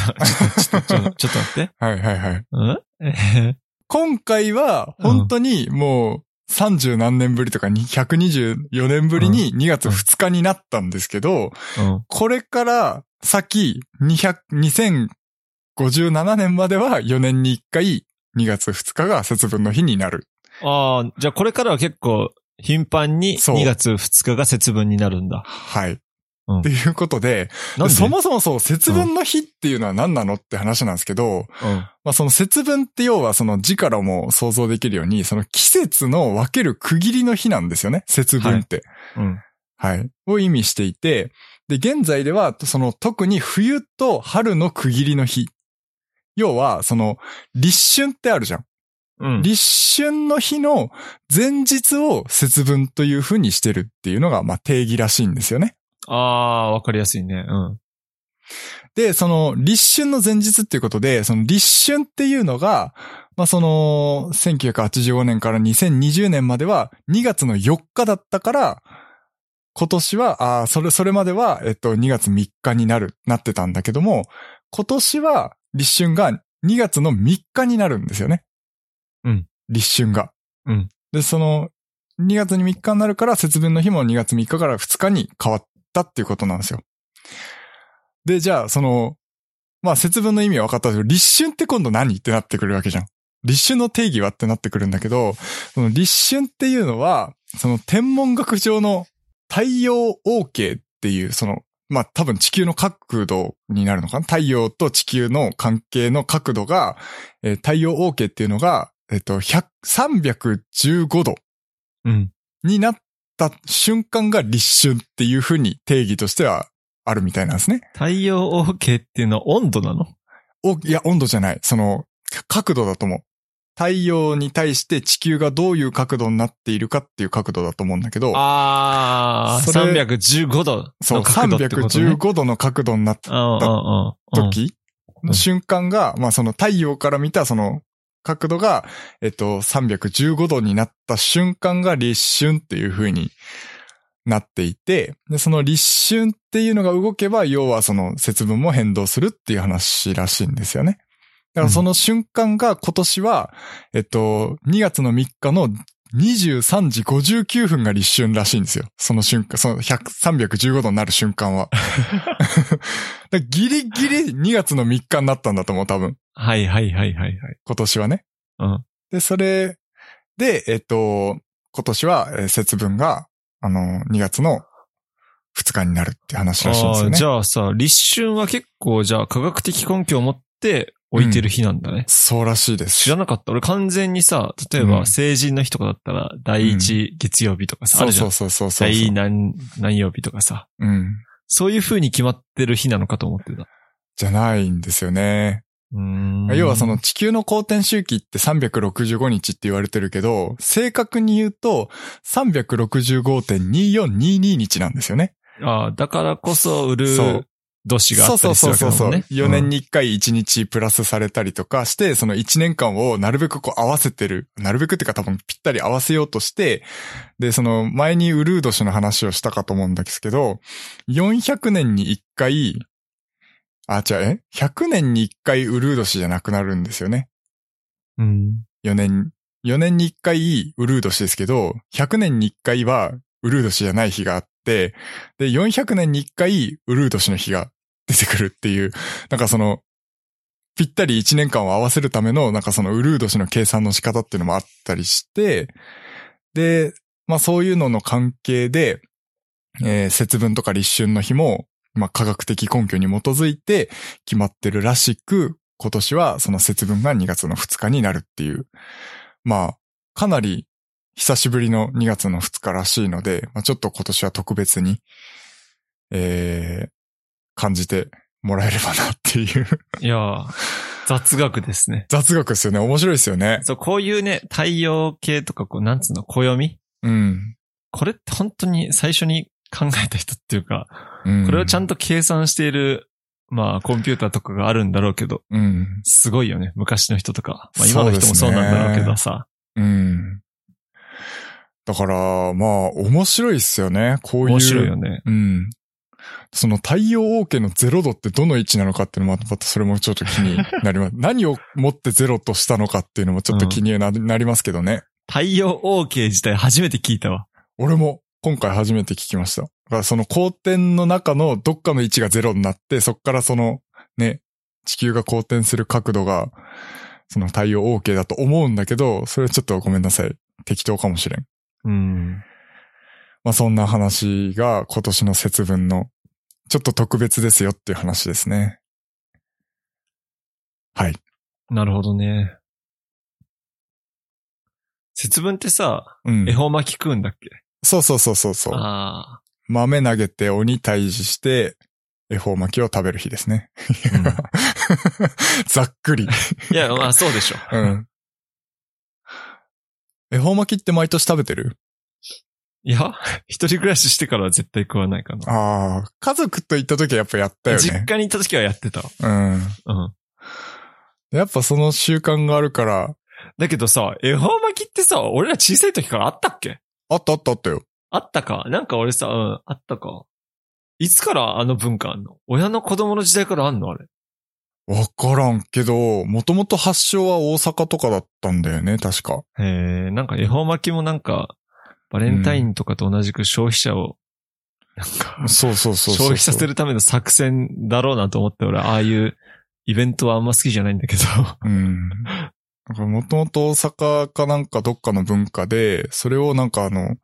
[SPEAKER 2] ちょっと、ちょっと、ちょっと待って。
[SPEAKER 1] はいはいはい。
[SPEAKER 2] うんえ
[SPEAKER 1] 今回は、本当にもう、30何年ぶりとかに、124年ぶりに2月2日になったんですけど、
[SPEAKER 2] ーうん。
[SPEAKER 1] これから先、200、2057年までは4年に1回、2月2日が節分の日になる。
[SPEAKER 2] ああ、じゃあこれからは結構頻繁に
[SPEAKER 1] そう
[SPEAKER 2] 2月2日が節分になるんだ。
[SPEAKER 1] はい。
[SPEAKER 2] うん
[SPEAKER 1] っていうことで、
[SPEAKER 2] なんで
[SPEAKER 1] そもそもそう、節分の日っていうのは何なのって話なんですけど、
[SPEAKER 2] うん。
[SPEAKER 1] まあその節分って要はその字からも想像できるように、その季節の分ける区切りの日なんですよね、節分って。
[SPEAKER 2] うん。
[SPEAKER 1] はい。を意味していて、で、現在ではその特に冬と春の区切りの日。要は、その、立春ってあるじゃん。
[SPEAKER 2] うん。
[SPEAKER 1] 立春の日の前日を節分という風にしてるっていうのが、まあ定義らしいんですよね。
[SPEAKER 2] ああ、わかりやすいね。うん。
[SPEAKER 1] で、その、立春の前日っていうことで、その立春っていうのが、まあ、その、1985年から2020年までは2月の4日だったから、今年は、あーそれ、それまでは、えっと、2月3日になる、なってたんだけども、今年は、立春が2月の3日になるんですよね。
[SPEAKER 2] うん。
[SPEAKER 1] 立春が。
[SPEAKER 2] うん。
[SPEAKER 1] で、その、2月に3日になるから、節分の日も2月3日から2日に変わったっていうことなんですよ。で、じゃあ、その、まあ、節分の意味は分かったけど、立春って今度何ってなってくるわけじゃん。立春の定義はってなってくるんだけど、その立春っていうのは、その天文学上の太陽 OK っていう、その、まあ、多分地球の角度になるのかな太陽と地球の関係の角度が、えー太陽 OK っていうのが、えっと、100 315度
[SPEAKER 2] うん。
[SPEAKER 1] になった瞬間が立春っていうふうに定義としてはあるみたいなんですね。
[SPEAKER 2] 太陽 OK っていうのは温度なの
[SPEAKER 1] お、いや、温度じゃない。その、角度だと思う。太陽に対して地球がどういう角度になっているかっていう角度だと思うんだけど、
[SPEAKER 2] あー、
[SPEAKER 1] それ
[SPEAKER 2] 315度
[SPEAKER 1] そう、
[SPEAKER 2] の角度ってことね。
[SPEAKER 1] 315度の角度になった
[SPEAKER 2] うんうんうんうん。
[SPEAKER 1] 時
[SPEAKER 2] うん
[SPEAKER 1] の瞬間が、まあその太陽から見たその角度が、えっと、315度になった瞬間が立春っていう風になっていて、で、その立春っていうのが動けば、要はその節分も変動するっていう話らしいんですよね。だからその瞬間が今年は、えっと、2月の3日の23時59分が立春らしいんですよ。その瞬間、その100 315度になる瞬間は。 だからギリギリ2月の3日になったんだと思う、多分。
[SPEAKER 2] はいはいはいはいはい。
[SPEAKER 1] 今年はね。
[SPEAKER 2] うん
[SPEAKER 1] で、それで、えっと、今年は、えー節分が、あの、2月の2日になるって話らしいんですよ
[SPEAKER 2] あー
[SPEAKER 1] ね
[SPEAKER 2] じ。ゃあさ、立春は結構、じゃあ科学的根拠を持って置いてる日なんだね。
[SPEAKER 1] そうらしいです。
[SPEAKER 2] 知らなかった。俺完全にさ、例え
[SPEAKER 1] うん
[SPEAKER 2] ば成人の日とかだったら、第一月曜日とかさ、あ
[SPEAKER 1] そう
[SPEAKER 2] るじゃ
[SPEAKER 1] そ
[SPEAKER 2] ん
[SPEAKER 1] う。そうそうそう。
[SPEAKER 2] 第何、何曜日とかさ。
[SPEAKER 1] うん。
[SPEAKER 2] そういう風に決まってる日なのかと思ってた。
[SPEAKER 1] じゃないんですよね。
[SPEAKER 2] うーん
[SPEAKER 1] 要はその、地球の公転周期って365日って言われてるけど、正確に言うと365.2422日なんですよね。
[SPEAKER 2] ああ、だからこそ売
[SPEAKER 1] そ
[SPEAKER 2] る
[SPEAKER 1] う
[SPEAKER 2] 年があ
[SPEAKER 1] そう
[SPEAKER 2] った
[SPEAKER 1] そう
[SPEAKER 2] りす
[SPEAKER 1] そう
[SPEAKER 2] る
[SPEAKER 1] そう
[SPEAKER 2] わけだ
[SPEAKER 1] そう。
[SPEAKER 2] もんね。
[SPEAKER 1] 4年に1回1日プラスされたりとかして、その1年間をなるべくこう合わせてる。なるべくっていうか多分ぴったり合わせようとして、で、その前にウルード氏の話をしたかと思うんですけど、400年に1回、あ、じゃあ、え ?100 年に1回ウルード氏じゃなくなるんですよね。
[SPEAKER 2] うん。うん
[SPEAKER 1] 4年、4年に1回ウルード氏ですけど、100年に1回はウルード氏じゃない日があって、で、400年に1回ウルード氏の日が出てくるっていう、なんかその、ぴったり1年間を合わせるための、なんかそのウルード氏の計算の仕方っていうのもあったりして、で、まあそういうのの関係で、えー節分とか立春の日も、まあ科学的根拠に基づいて決まってるらしく、今年はその節分が2月の2日になるっていうまあ、かなり久しぶりの2月の2日らしいので、まあ、ちょっと今年は特別に、えー、感じてもらえればなっていう。
[SPEAKER 2] いやー雑学ですね。
[SPEAKER 1] 雑学ですよね。面白いですよね。
[SPEAKER 2] そう、こういうね、太陽系とか、こう、なんつうの、暦
[SPEAKER 1] うん。
[SPEAKER 2] これって本当に最初に考えた人っていうか、
[SPEAKER 1] うん、
[SPEAKER 2] これをちゃん
[SPEAKER 1] と。
[SPEAKER 2] と計算している、まあ、コンピューターとかがあるんだろうけど、
[SPEAKER 1] うん。
[SPEAKER 2] すごいよね、昔の人とか。まあ、
[SPEAKER 1] そ
[SPEAKER 2] 今
[SPEAKER 1] う
[SPEAKER 2] の
[SPEAKER 1] です
[SPEAKER 2] 人
[SPEAKER 1] ね
[SPEAKER 2] もそうなんだろうけどさ。
[SPEAKER 1] うん。だから、まあ、面白いっすよね。こういう。
[SPEAKER 2] 面白いよね。
[SPEAKER 1] うん。その太陽 OK のゼロ度ってどの位置なのかっていうのも、またそれもちょっと気になります。 何をもってゼロとしたのかっていうのもちょっと気にななりますけどね。
[SPEAKER 2] 太陽 OK 自体初めて聞いたわ。
[SPEAKER 1] 俺も今回初めて聞きました。だからその光点の中のどっかの位置がゼロになって、そっからそのね、地球が光点する角度が、その太陽 OK だと思うんだけど、それはちょっとごめんなさい。適当かもしれん。
[SPEAKER 2] うん。
[SPEAKER 1] まあそんな話が今年の節分のちょっと特別ですよっていう話ですね。はい。
[SPEAKER 2] なるほどね。節分ってさ、
[SPEAKER 1] うん
[SPEAKER 2] 恵。方巻き食うんだっけ、
[SPEAKER 1] そうそうそうそうそう。
[SPEAKER 2] ああ。
[SPEAKER 1] 豆投げて鬼退治して、恵方巻きを食べる日ですね。
[SPEAKER 2] うん
[SPEAKER 1] ざっくり。
[SPEAKER 2] いや、まあそうでしょ。
[SPEAKER 1] うん。恵方巻きって毎年食べてる
[SPEAKER 2] いや、一人暮らししてからは絶対食わないかな。
[SPEAKER 1] ああ、家族と行った時はやっぱやったよ
[SPEAKER 2] 実
[SPEAKER 1] ね。
[SPEAKER 2] 家にいた時はやってたわ。
[SPEAKER 1] うん。
[SPEAKER 2] うん。
[SPEAKER 1] やっぱその習慣があるから、
[SPEAKER 2] だけどさ、恵方巻きってさ、俺ら小さい時からあったっけ
[SPEAKER 1] あったあったあったよ。
[SPEAKER 2] あったか。なんか俺さ、うん、あったか。いつからあの文化あんの親の子供の時代からあんのあれ。
[SPEAKER 1] わからんけど、もともと発祥は大阪とかだったんだよね、確か。
[SPEAKER 2] へえ、なんか恵方巻きもなんか、バレンタインとかと同じく消費者を、なんか、
[SPEAKER 1] そうそうそうそう
[SPEAKER 2] 消費させるための作戦だろうなと思って、俺、ああいうイベントはあんま好きじゃないんだけど。
[SPEAKER 1] うん。もともと大阪かなんかどっかの文化で、それをなんかあの、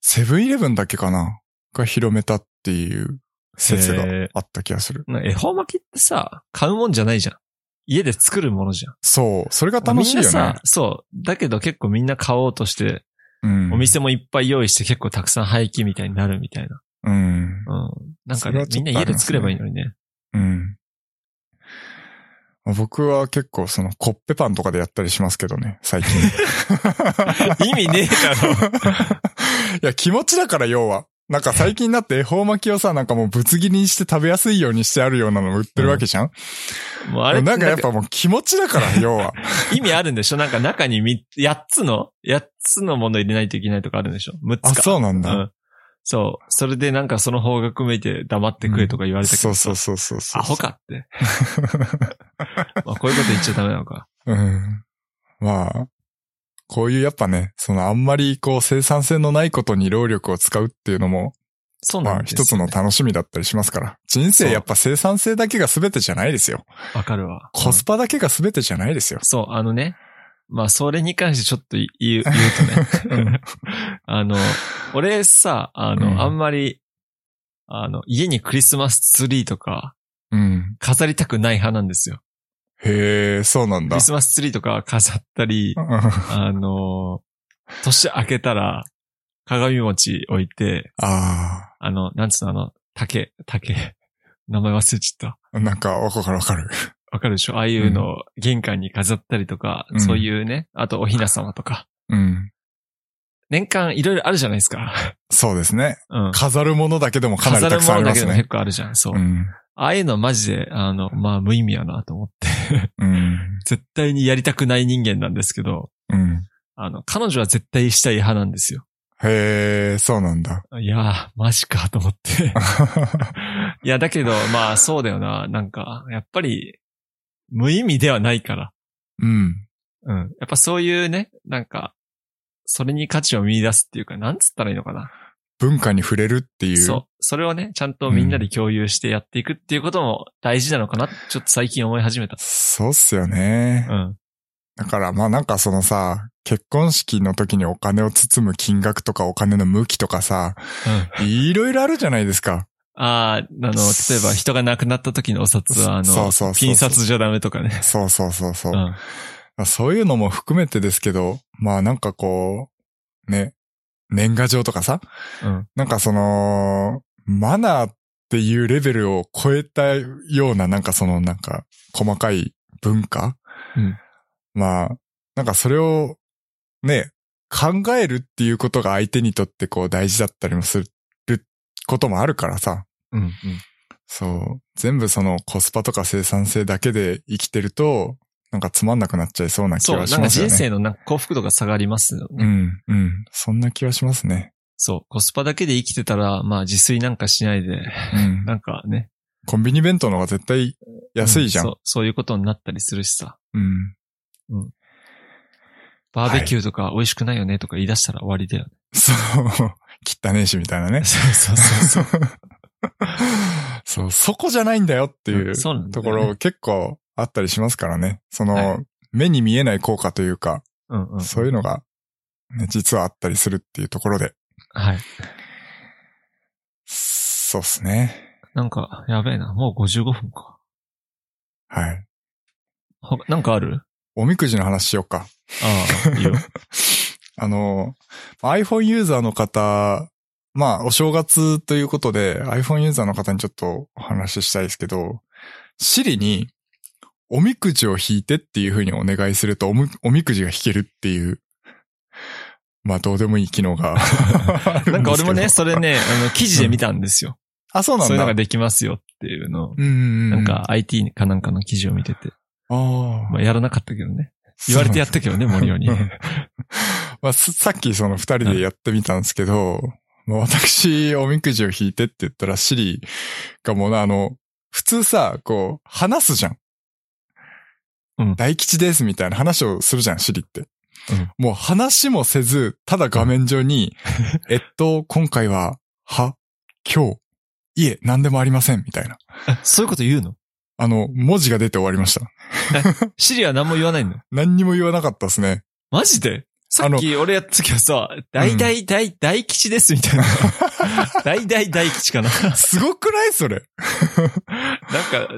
[SPEAKER 1] セブンイレブンだけかなが広めたっていう 説が
[SPEAKER 2] へえ
[SPEAKER 1] あった気がする。
[SPEAKER 2] なんか恵方巻きってさ、買うもんじゃないじゃん。家で作るものじゃん。
[SPEAKER 1] そう。それが楽しいよ
[SPEAKER 2] みんな
[SPEAKER 1] ね
[SPEAKER 2] さ。、そう。だけど結構みんな買おうとして、
[SPEAKER 1] うん。
[SPEAKER 2] お店もいっぱい用意して結構たくさん廃棄みたいになるみたいな。
[SPEAKER 1] うん。
[SPEAKER 2] うん。なん
[SPEAKER 1] そ
[SPEAKER 2] か
[SPEAKER 1] れ
[SPEAKER 2] ね
[SPEAKER 1] は、ちょ
[SPEAKER 2] み
[SPEAKER 1] っ
[SPEAKER 2] ん
[SPEAKER 1] と
[SPEAKER 2] な家で作ればいいのにね。
[SPEAKER 1] うん。僕は結構そのコッペパンとかでやったりしますけどね、最 近。
[SPEAKER 2] 意味ねえだろ。
[SPEAKER 1] いや、気持ちだから、要は。なんか最近になって恵方巻きをさ、なんかもうぶつ切りにして食べやすいようにしてあるようなの売ってるわけじゃん、
[SPEAKER 2] もうあれ、
[SPEAKER 1] なんかやっぱもう気持ちだから、要 は。
[SPEAKER 2] 意味あるんでしょなんか中にみ8つの ?8 つのもの入れないといけないとかあるんでしょ ?6 つか。
[SPEAKER 1] あ、そうなんだ。
[SPEAKER 2] ん。そう。それでなんかその方角向いて黙って食えとか言われたけど、
[SPEAKER 1] そうそうそうそうそう。
[SPEAKER 2] アホかって。 まあこういうこと言っちゃダメなのか。
[SPEAKER 1] うん。まあ、こういうやっぱね、そのあんまりこう生産性のないことに労力を使うっていうのも、
[SPEAKER 2] そう
[SPEAKER 1] ま
[SPEAKER 2] な
[SPEAKER 1] あ
[SPEAKER 2] んです、ね。
[SPEAKER 1] 一つの楽しみだったりしますから。人生やっぱ生産性だけが全てじゃないですよ。
[SPEAKER 2] わかるわ。
[SPEAKER 1] コ
[SPEAKER 2] う
[SPEAKER 1] ス
[SPEAKER 2] ん
[SPEAKER 1] パだけが全てじゃないですよ。
[SPEAKER 2] そう、あのね。まあそれに関してちょっと言う、 言うとね。 あの、俺さ、あの、
[SPEAKER 1] うん
[SPEAKER 2] あんまり、あの、家にクリスマスツリーとか
[SPEAKER 1] うん。
[SPEAKER 2] 飾りたくない派なんですよ。
[SPEAKER 1] へえ、そうなん
[SPEAKER 2] ク
[SPEAKER 1] だ
[SPEAKER 2] リ。スマスツリーとか飾ったり、あのー年明けたら、鏡餅置いて、
[SPEAKER 1] あ
[SPEAKER 2] あの、なんつうの、あの、竹、竹、名前忘れちゃった。
[SPEAKER 1] あ、なんか、わかるわかる。
[SPEAKER 2] わかるでしょああいうのを玄関に飾ったりとか、
[SPEAKER 1] うん
[SPEAKER 2] そういうね、あとお雛様とか。
[SPEAKER 1] うん。
[SPEAKER 2] 年間いろいろあるじゃないで すか。
[SPEAKER 1] そうですね。
[SPEAKER 2] うん。
[SPEAKER 1] 飾るものだけでもかなり
[SPEAKER 2] 飾
[SPEAKER 1] た
[SPEAKER 2] る
[SPEAKER 1] くさんあ
[SPEAKER 2] もの
[SPEAKER 1] りま
[SPEAKER 2] だけですも
[SPEAKER 1] ね
[SPEAKER 2] 結。構あるじゃん。そう。
[SPEAKER 1] う
[SPEAKER 2] あ
[SPEAKER 1] ん。
[SPEAKER 2] あいうのマジで、あの、まあ無意味やなと思って。
[SPEAKER 1] うん。
[SPEAKER 2] 絶対にやりたくない人間なんですけど、
[SPEAKER 1] うん。
[SPEAKER 2] あの、彼女は絶対したい派なんですよ。
[SPEAKER 1] へえ、そうなんだ。
[SPEAKER 2] いやー、マジかと思って。いや、だけど、まあ、そうだよな。なんか、やっぱり、無意味ではないから。
[SPEAKER 1] うん。
[SPEAKER 2] うん。やっぱそういうね、なんか、それに価値を見出すっていうか、なんつったらいいのかな。
[SPEAKER 1] 文化に触れるっていう。
[SPEAKER 2] そう。それをね、ちゃんとみんなで共有してやっていくっていうことも大事なのかなってちょっと最近思い始めた。
[SPEAKER 1] そうっすよね。
[SPEAKER 2] うん。
[SPEAKER 1] だから、まあなんかそのさ、結婚式の時にお金を包む金額とかお金の向きとかさ、いろいろあるじゃないですか。
[SPEAKER 2] ああ、あの、例えば人が亡くなった時のお札は、あ
[SPEAKER 1] そう
[SPEAKER 2] の、
[SPEAKER 1] そうそうそう
[SPEAKER 2] ピン札じゃダメとかね。
[SPEAKER 1] そうそうそうそうう。
[SPEAKER 2] ん。
[SPEAKER 1] そういうのも含めてですけど、まあなんかこう、ね、年賀状とかさ、
[SPEAKER 2] うん
[SPEAKER 1] なんかその、マナーっていうレベルを超えたような、なんかその、なんか、細かい文化、
[SPEAKER 2] うん
[SPEAKER 1] まあ、なんかそれを、ね、考えるっていうことが相手にとってこう大事だったりもすることもあるからさ。
[SPEAKER 2] うん。うん。
[SPEAKER 1] そう。全部そのコスパとか生産性だけで生きてると、なんかつまんなくなっちゃいそうな気
[SPEAKER 2] そう、
[SPEAKER 1] が
[SPEAKER 2] な
[SPEAKER 1] し
[SPEAKER 2] んか
[SPEAKER 1] ますよ
[SPEAKER 2] 人
[SPEAKER 1] ね。
[SPEAKER 2] 生のなんか幸福度が下がりますよ
[SPEAKER 1] う
[SPEAKER 2] ね。
[SPEAKER 1] ん、うん。そんな気はしますね。
[SPEAKER 2] そう、コスパだけで生きてたら、まあ自炊なんかしな いで、
[SPEAKER 1] うん。
[SPEAKER 2] なんかね。
[SPEAKER 1] コンビニ弁当の方が絶対安いじゃん。
[SPEAKER 2] そう、そういうことになったりするしさ。
[SPEAKER 1] うん。
[SPEAKER 2] バーベキューとか美味しくないよねとか言い出したら終わりだよね。
[SPEAKER 1] そう。汚ねえしみたいなね。 そうそうそうそう。 そう、そこじゃないんだよっていう
[SPEAKER 2] そうなんだ
[SPEAKER 1] と
[SPEAKER 2] よね
[SPEAKER 1] ころ結構あったりしますからね。その、
[SPEAKER 2] は
[SPEAKER 1] 目に見えない効果というか、
[SPEAKER 2] うんうん。
[SPEAKER 1] そういうのが、ね、実はあったりするっていうところで。
[SPEAKER 2] はい。
[SPEAKER 1] そうっすね。
[SPEAKER 2] なんか、やべえな。もう55分か。
[SPEAKER 1] はい。
[SPEAKER 2] ほなんかある
[SPEAKER 1] おみくじの話しようか。
[SPEAKER 2] あ あ、いいよ。
[SPEAKER 1] あの、iPhone ユーザーの方、まあ、お正月ということで、iPhone ユーザーの方にちょっとお話ししたいですけど、Siri に、おみくじを引いてっていう風にお願いするとおみ、おみくじが引けるっていう、まあ、どうでもいい機能が ある
[SPEAKER 2] なん
[SPEAKER 1] んですけど。
[SPEAKER 2] か俺もね、それ。ね、あの、記事で見たんですよ。
[SPEAKER 1] あ、そうなん
[SPEAKER 2] そういうのが
[SPEAKER 1] だ。
[SPEAKER 2] できますよっていうのを。
[SPEAKER 1] うんうん。
[SPEAKER 2] なん、か IT かなんかの記事を見てて。
[SPEAKER 1] ああ、
[SPEAKER 2] まあやらなかったけどね。言われてや ったけどね、森尾に。
[SPEAKER 1] うんまあ、すさっきその二人でやってみたんですけど、まあ私、おみくじを引いてって言ったら、シリがもうな、あの、普通さ、こう、話すじゃん。
[SPEAKER 2] うん
[SPEAKER 1] 大吉ですみたいな話をするじゃん、シリって。
[SPEAKER 2] うん
[SPEAKER 1] もう話もせず、ただ画面上 に、えっと、今回は、は、今日、いえ、何でもありません、みたいな。
[SPEAKER 2] そういうこと言うの
[SPEAKER 1] あの、文字が出て終わりました。
[SPEAKER 2] シリは何も言わないの
[SPEAKER 1] 何にも言わなかったですね。
[SPEAKER 2] マジでさっき俺やった時はさ、大大大大吉ですみたい な。大大大吉かな。なん
[SPEAKER 1] すごくないそれ。
[SPEAKER 2] か、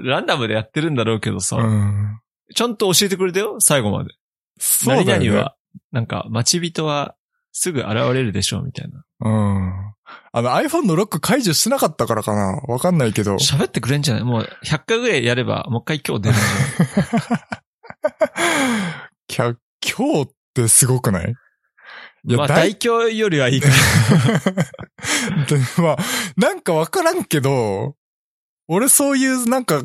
[SPEAKER 2] ランダムでやってるん だろうけどさ、
[SPEAKER 1] うん。
[SPEAKER 2] ちゃんと教えてくれたよ、最後まで。
[SPEAKER 1] そうだよね。
[SPEAKER 2] 何々は、なんか、待ち人はすぐ現れるでしょうみたいな。
[SPEAKER 1] うん。あの iPhone のロック解除してなかったからかなわかんないけど。
[SPEAKER 2] 喋ってくれんじゃないもう100回ぐらいやれば、もう一回今日出 るんじゃない
[SPEAKER 1] きゃ、今日ってすごくないいや、
[SPEAKER 2] まあ、
[SPEAKER 1] 大
[SPEAKER 2] 大凶よ り はいいから。
[SPEAKER 1] でまあ、なんかわからんけど、俺そういうなんか、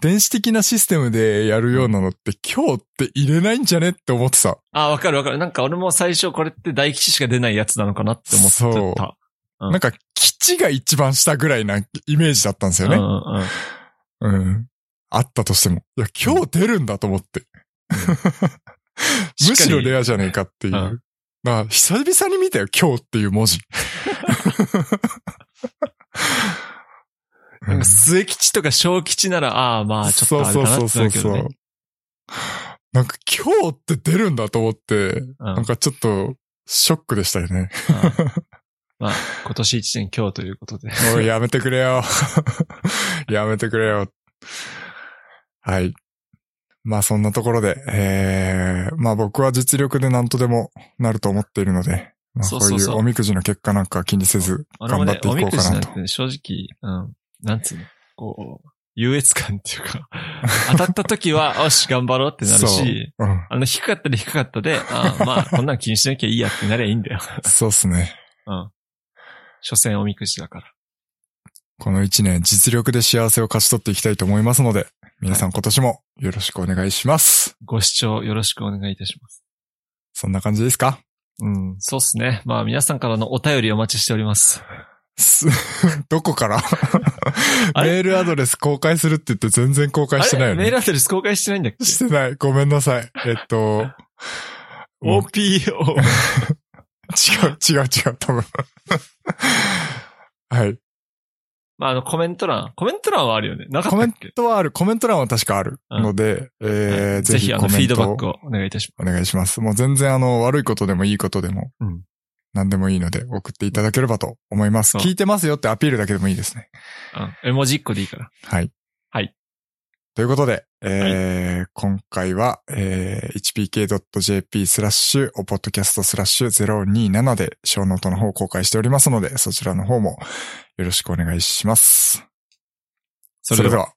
[SPEAKER 1] 電子的なシステムでやるようなのって今日って入れないんじゃねって思ってた。
[SPEAKER 2] あ、わかるわかる。なんか俺も最初これって大吉しか出ないやつなのかなって思ってた。うん
[SPEAKER 1] なんか、基地が一番下ぐらいなイメージだったんですよ
[SPEAKER 2] うん
[SPEAKER 1] ね。
[SPEAKER 2] うんうん。
[SPEAKER 1] うん。あったとしても。いや、今日出るんだと思って。むしろレアじゃねえかっていう。
[SPEAKER 2] うん
[SPEAKER 1] まあ、久々に見たよ、今日っていう文字。
[SPEAKER 2] なんか末吉とか小吉なら、ああまあちょっとあれかなってなるけどね。。
[SPEAKER 1] なんか今日って出るんだと思って、
[SPEAKER 2] うん
[SPEAKER 1] なんかちょっとショックでしたよね。
[SPEAKER 2] うんまあ今年一年今日というこ とで。
[SPEAKER 1] おい、やめてくれよ。 やめてくれよ。はい。まあそんなところで、えー、まあ僕は実力で何とでもなると思っているので、まあ
[SPEAKER 2] そ
[SPEAKER 1] こ
[SPEAKER 2] う
[SPEAKER 1] う
[SPEAKER 2] そう
[SPEAKER 1] いう
[SPEAKER 2] そう
[SPEAKER 1] おみくじの結果なんか気にせず
[SPEAKER 2] 俺も
[SPEAKER 1] 頑張っ
[SPEAKER 2] ね、
[SPEAKER 1] てい
[SPEAKER 2] お
[SPEAKER 1] こ
[SPEAKER 2] み
[SPEAKER 1] う
[SPEAKER 2] く
[SPEAKER 1] か
[SPEAKER 2] じな
[SPEAKER 1] なんと。
[SPEAKER 2] てね正直、うん、なんつうの、こう、優越感っていうか、 当たった時は、 よし、頑張ろうってなる
[SPEAKER 1] そう
[SPEAKER 2] し、
[SPEAKER 1] うん。
[SPEAKER 2] あの、低かったら低かったで、ああまあ、こんなん気にしなきゃいいやってなりゃいいんだよ。
[SPEAKER 1] そうっすね。
[SPEAKER 2] うん。所詮おみくじだから。
[SPEAKER 1] この一年実力で幸せを勝ち取っていきたいと思いますので、皆さん今年もよろしくお願いします。
[SPEAKER 2] ご視聴よろしくお願いいたします。
[SPEAKER 1] そんな感じですか
[SPEAKER 2] うん、そうっすね。まあ皆さんからのお便りお待ちしております。
[SPEAKER 1] す どこから
[SPEAKER 2] あれ
[SPEAKER 1] メールアドレス公開するって言って全然公開してないよ
[SPEAKER 2] あれメー
[SPEAKER 1] ね。
[SPEAKER 2] ルアドレス公開してないんだっけ
[SPEAKER 1] してない。ごめんなさい。えっと、もう
[SPEAKER 2] ?OPO。
[SPEAKER 1] 違う、違う、違う、多分。 はい。
[SPEAKER 2] まあ、あの、コメント欄。コメント欄はあるよね。なか
[SPEAKER 1] コ
[SPEAKER 2] っ
[SPEAKER 1] メ
[SPEAKER 2] た
[SPEAKER 1] ン
[SPEAKER 2] っけ
[SPEAKER 1] トはある。コメント欄は確かあるので、えー
[SPEAKER 2] ぜ
[SPEAKER 1] ぜ
[SPEAKER 2] ひ、
[SPEAKER 1] ひ
[SPEAKER 2] あ
[SPEAKER 1] コ
[SPEAKER 2] の、フ
[SPEAKER 1] メ
[SPEAKER 2] ィ
[SPEAKER 1] ン
[SPEAKER 2] ードバ
[SPEAKER 1] ト
[SPEAKER 2] ッ
[SPEAKER 1] を
[SPEAKER 2] クをお願いいたし
[SPEAKER 1] お願いします。もう全然あの、悪いことでもいいことでも、
[SPEAKER 2] うん
[SPEAKER 1] 何でもいいので送っていただければと思います。
[SPEAKER 2] そう
[SPEAKER 1] 聞いてますよってアピールだけでもいいですね。
[SPEAKER 2] ます。うん。絵文字1個でいいから。
[SPEAKER 1] はい。
[SPEAKER 2] はい。
[SPEAKER 1] ということで、えー今回は、えー hpk.jp スラッシュ、おポッドキャストスラッシュ027で、小ノートの方を公開しておりますので、そちらの方もよろしくお願いします。
[SPEAKER 2] それでは
[SPEAKER 1] は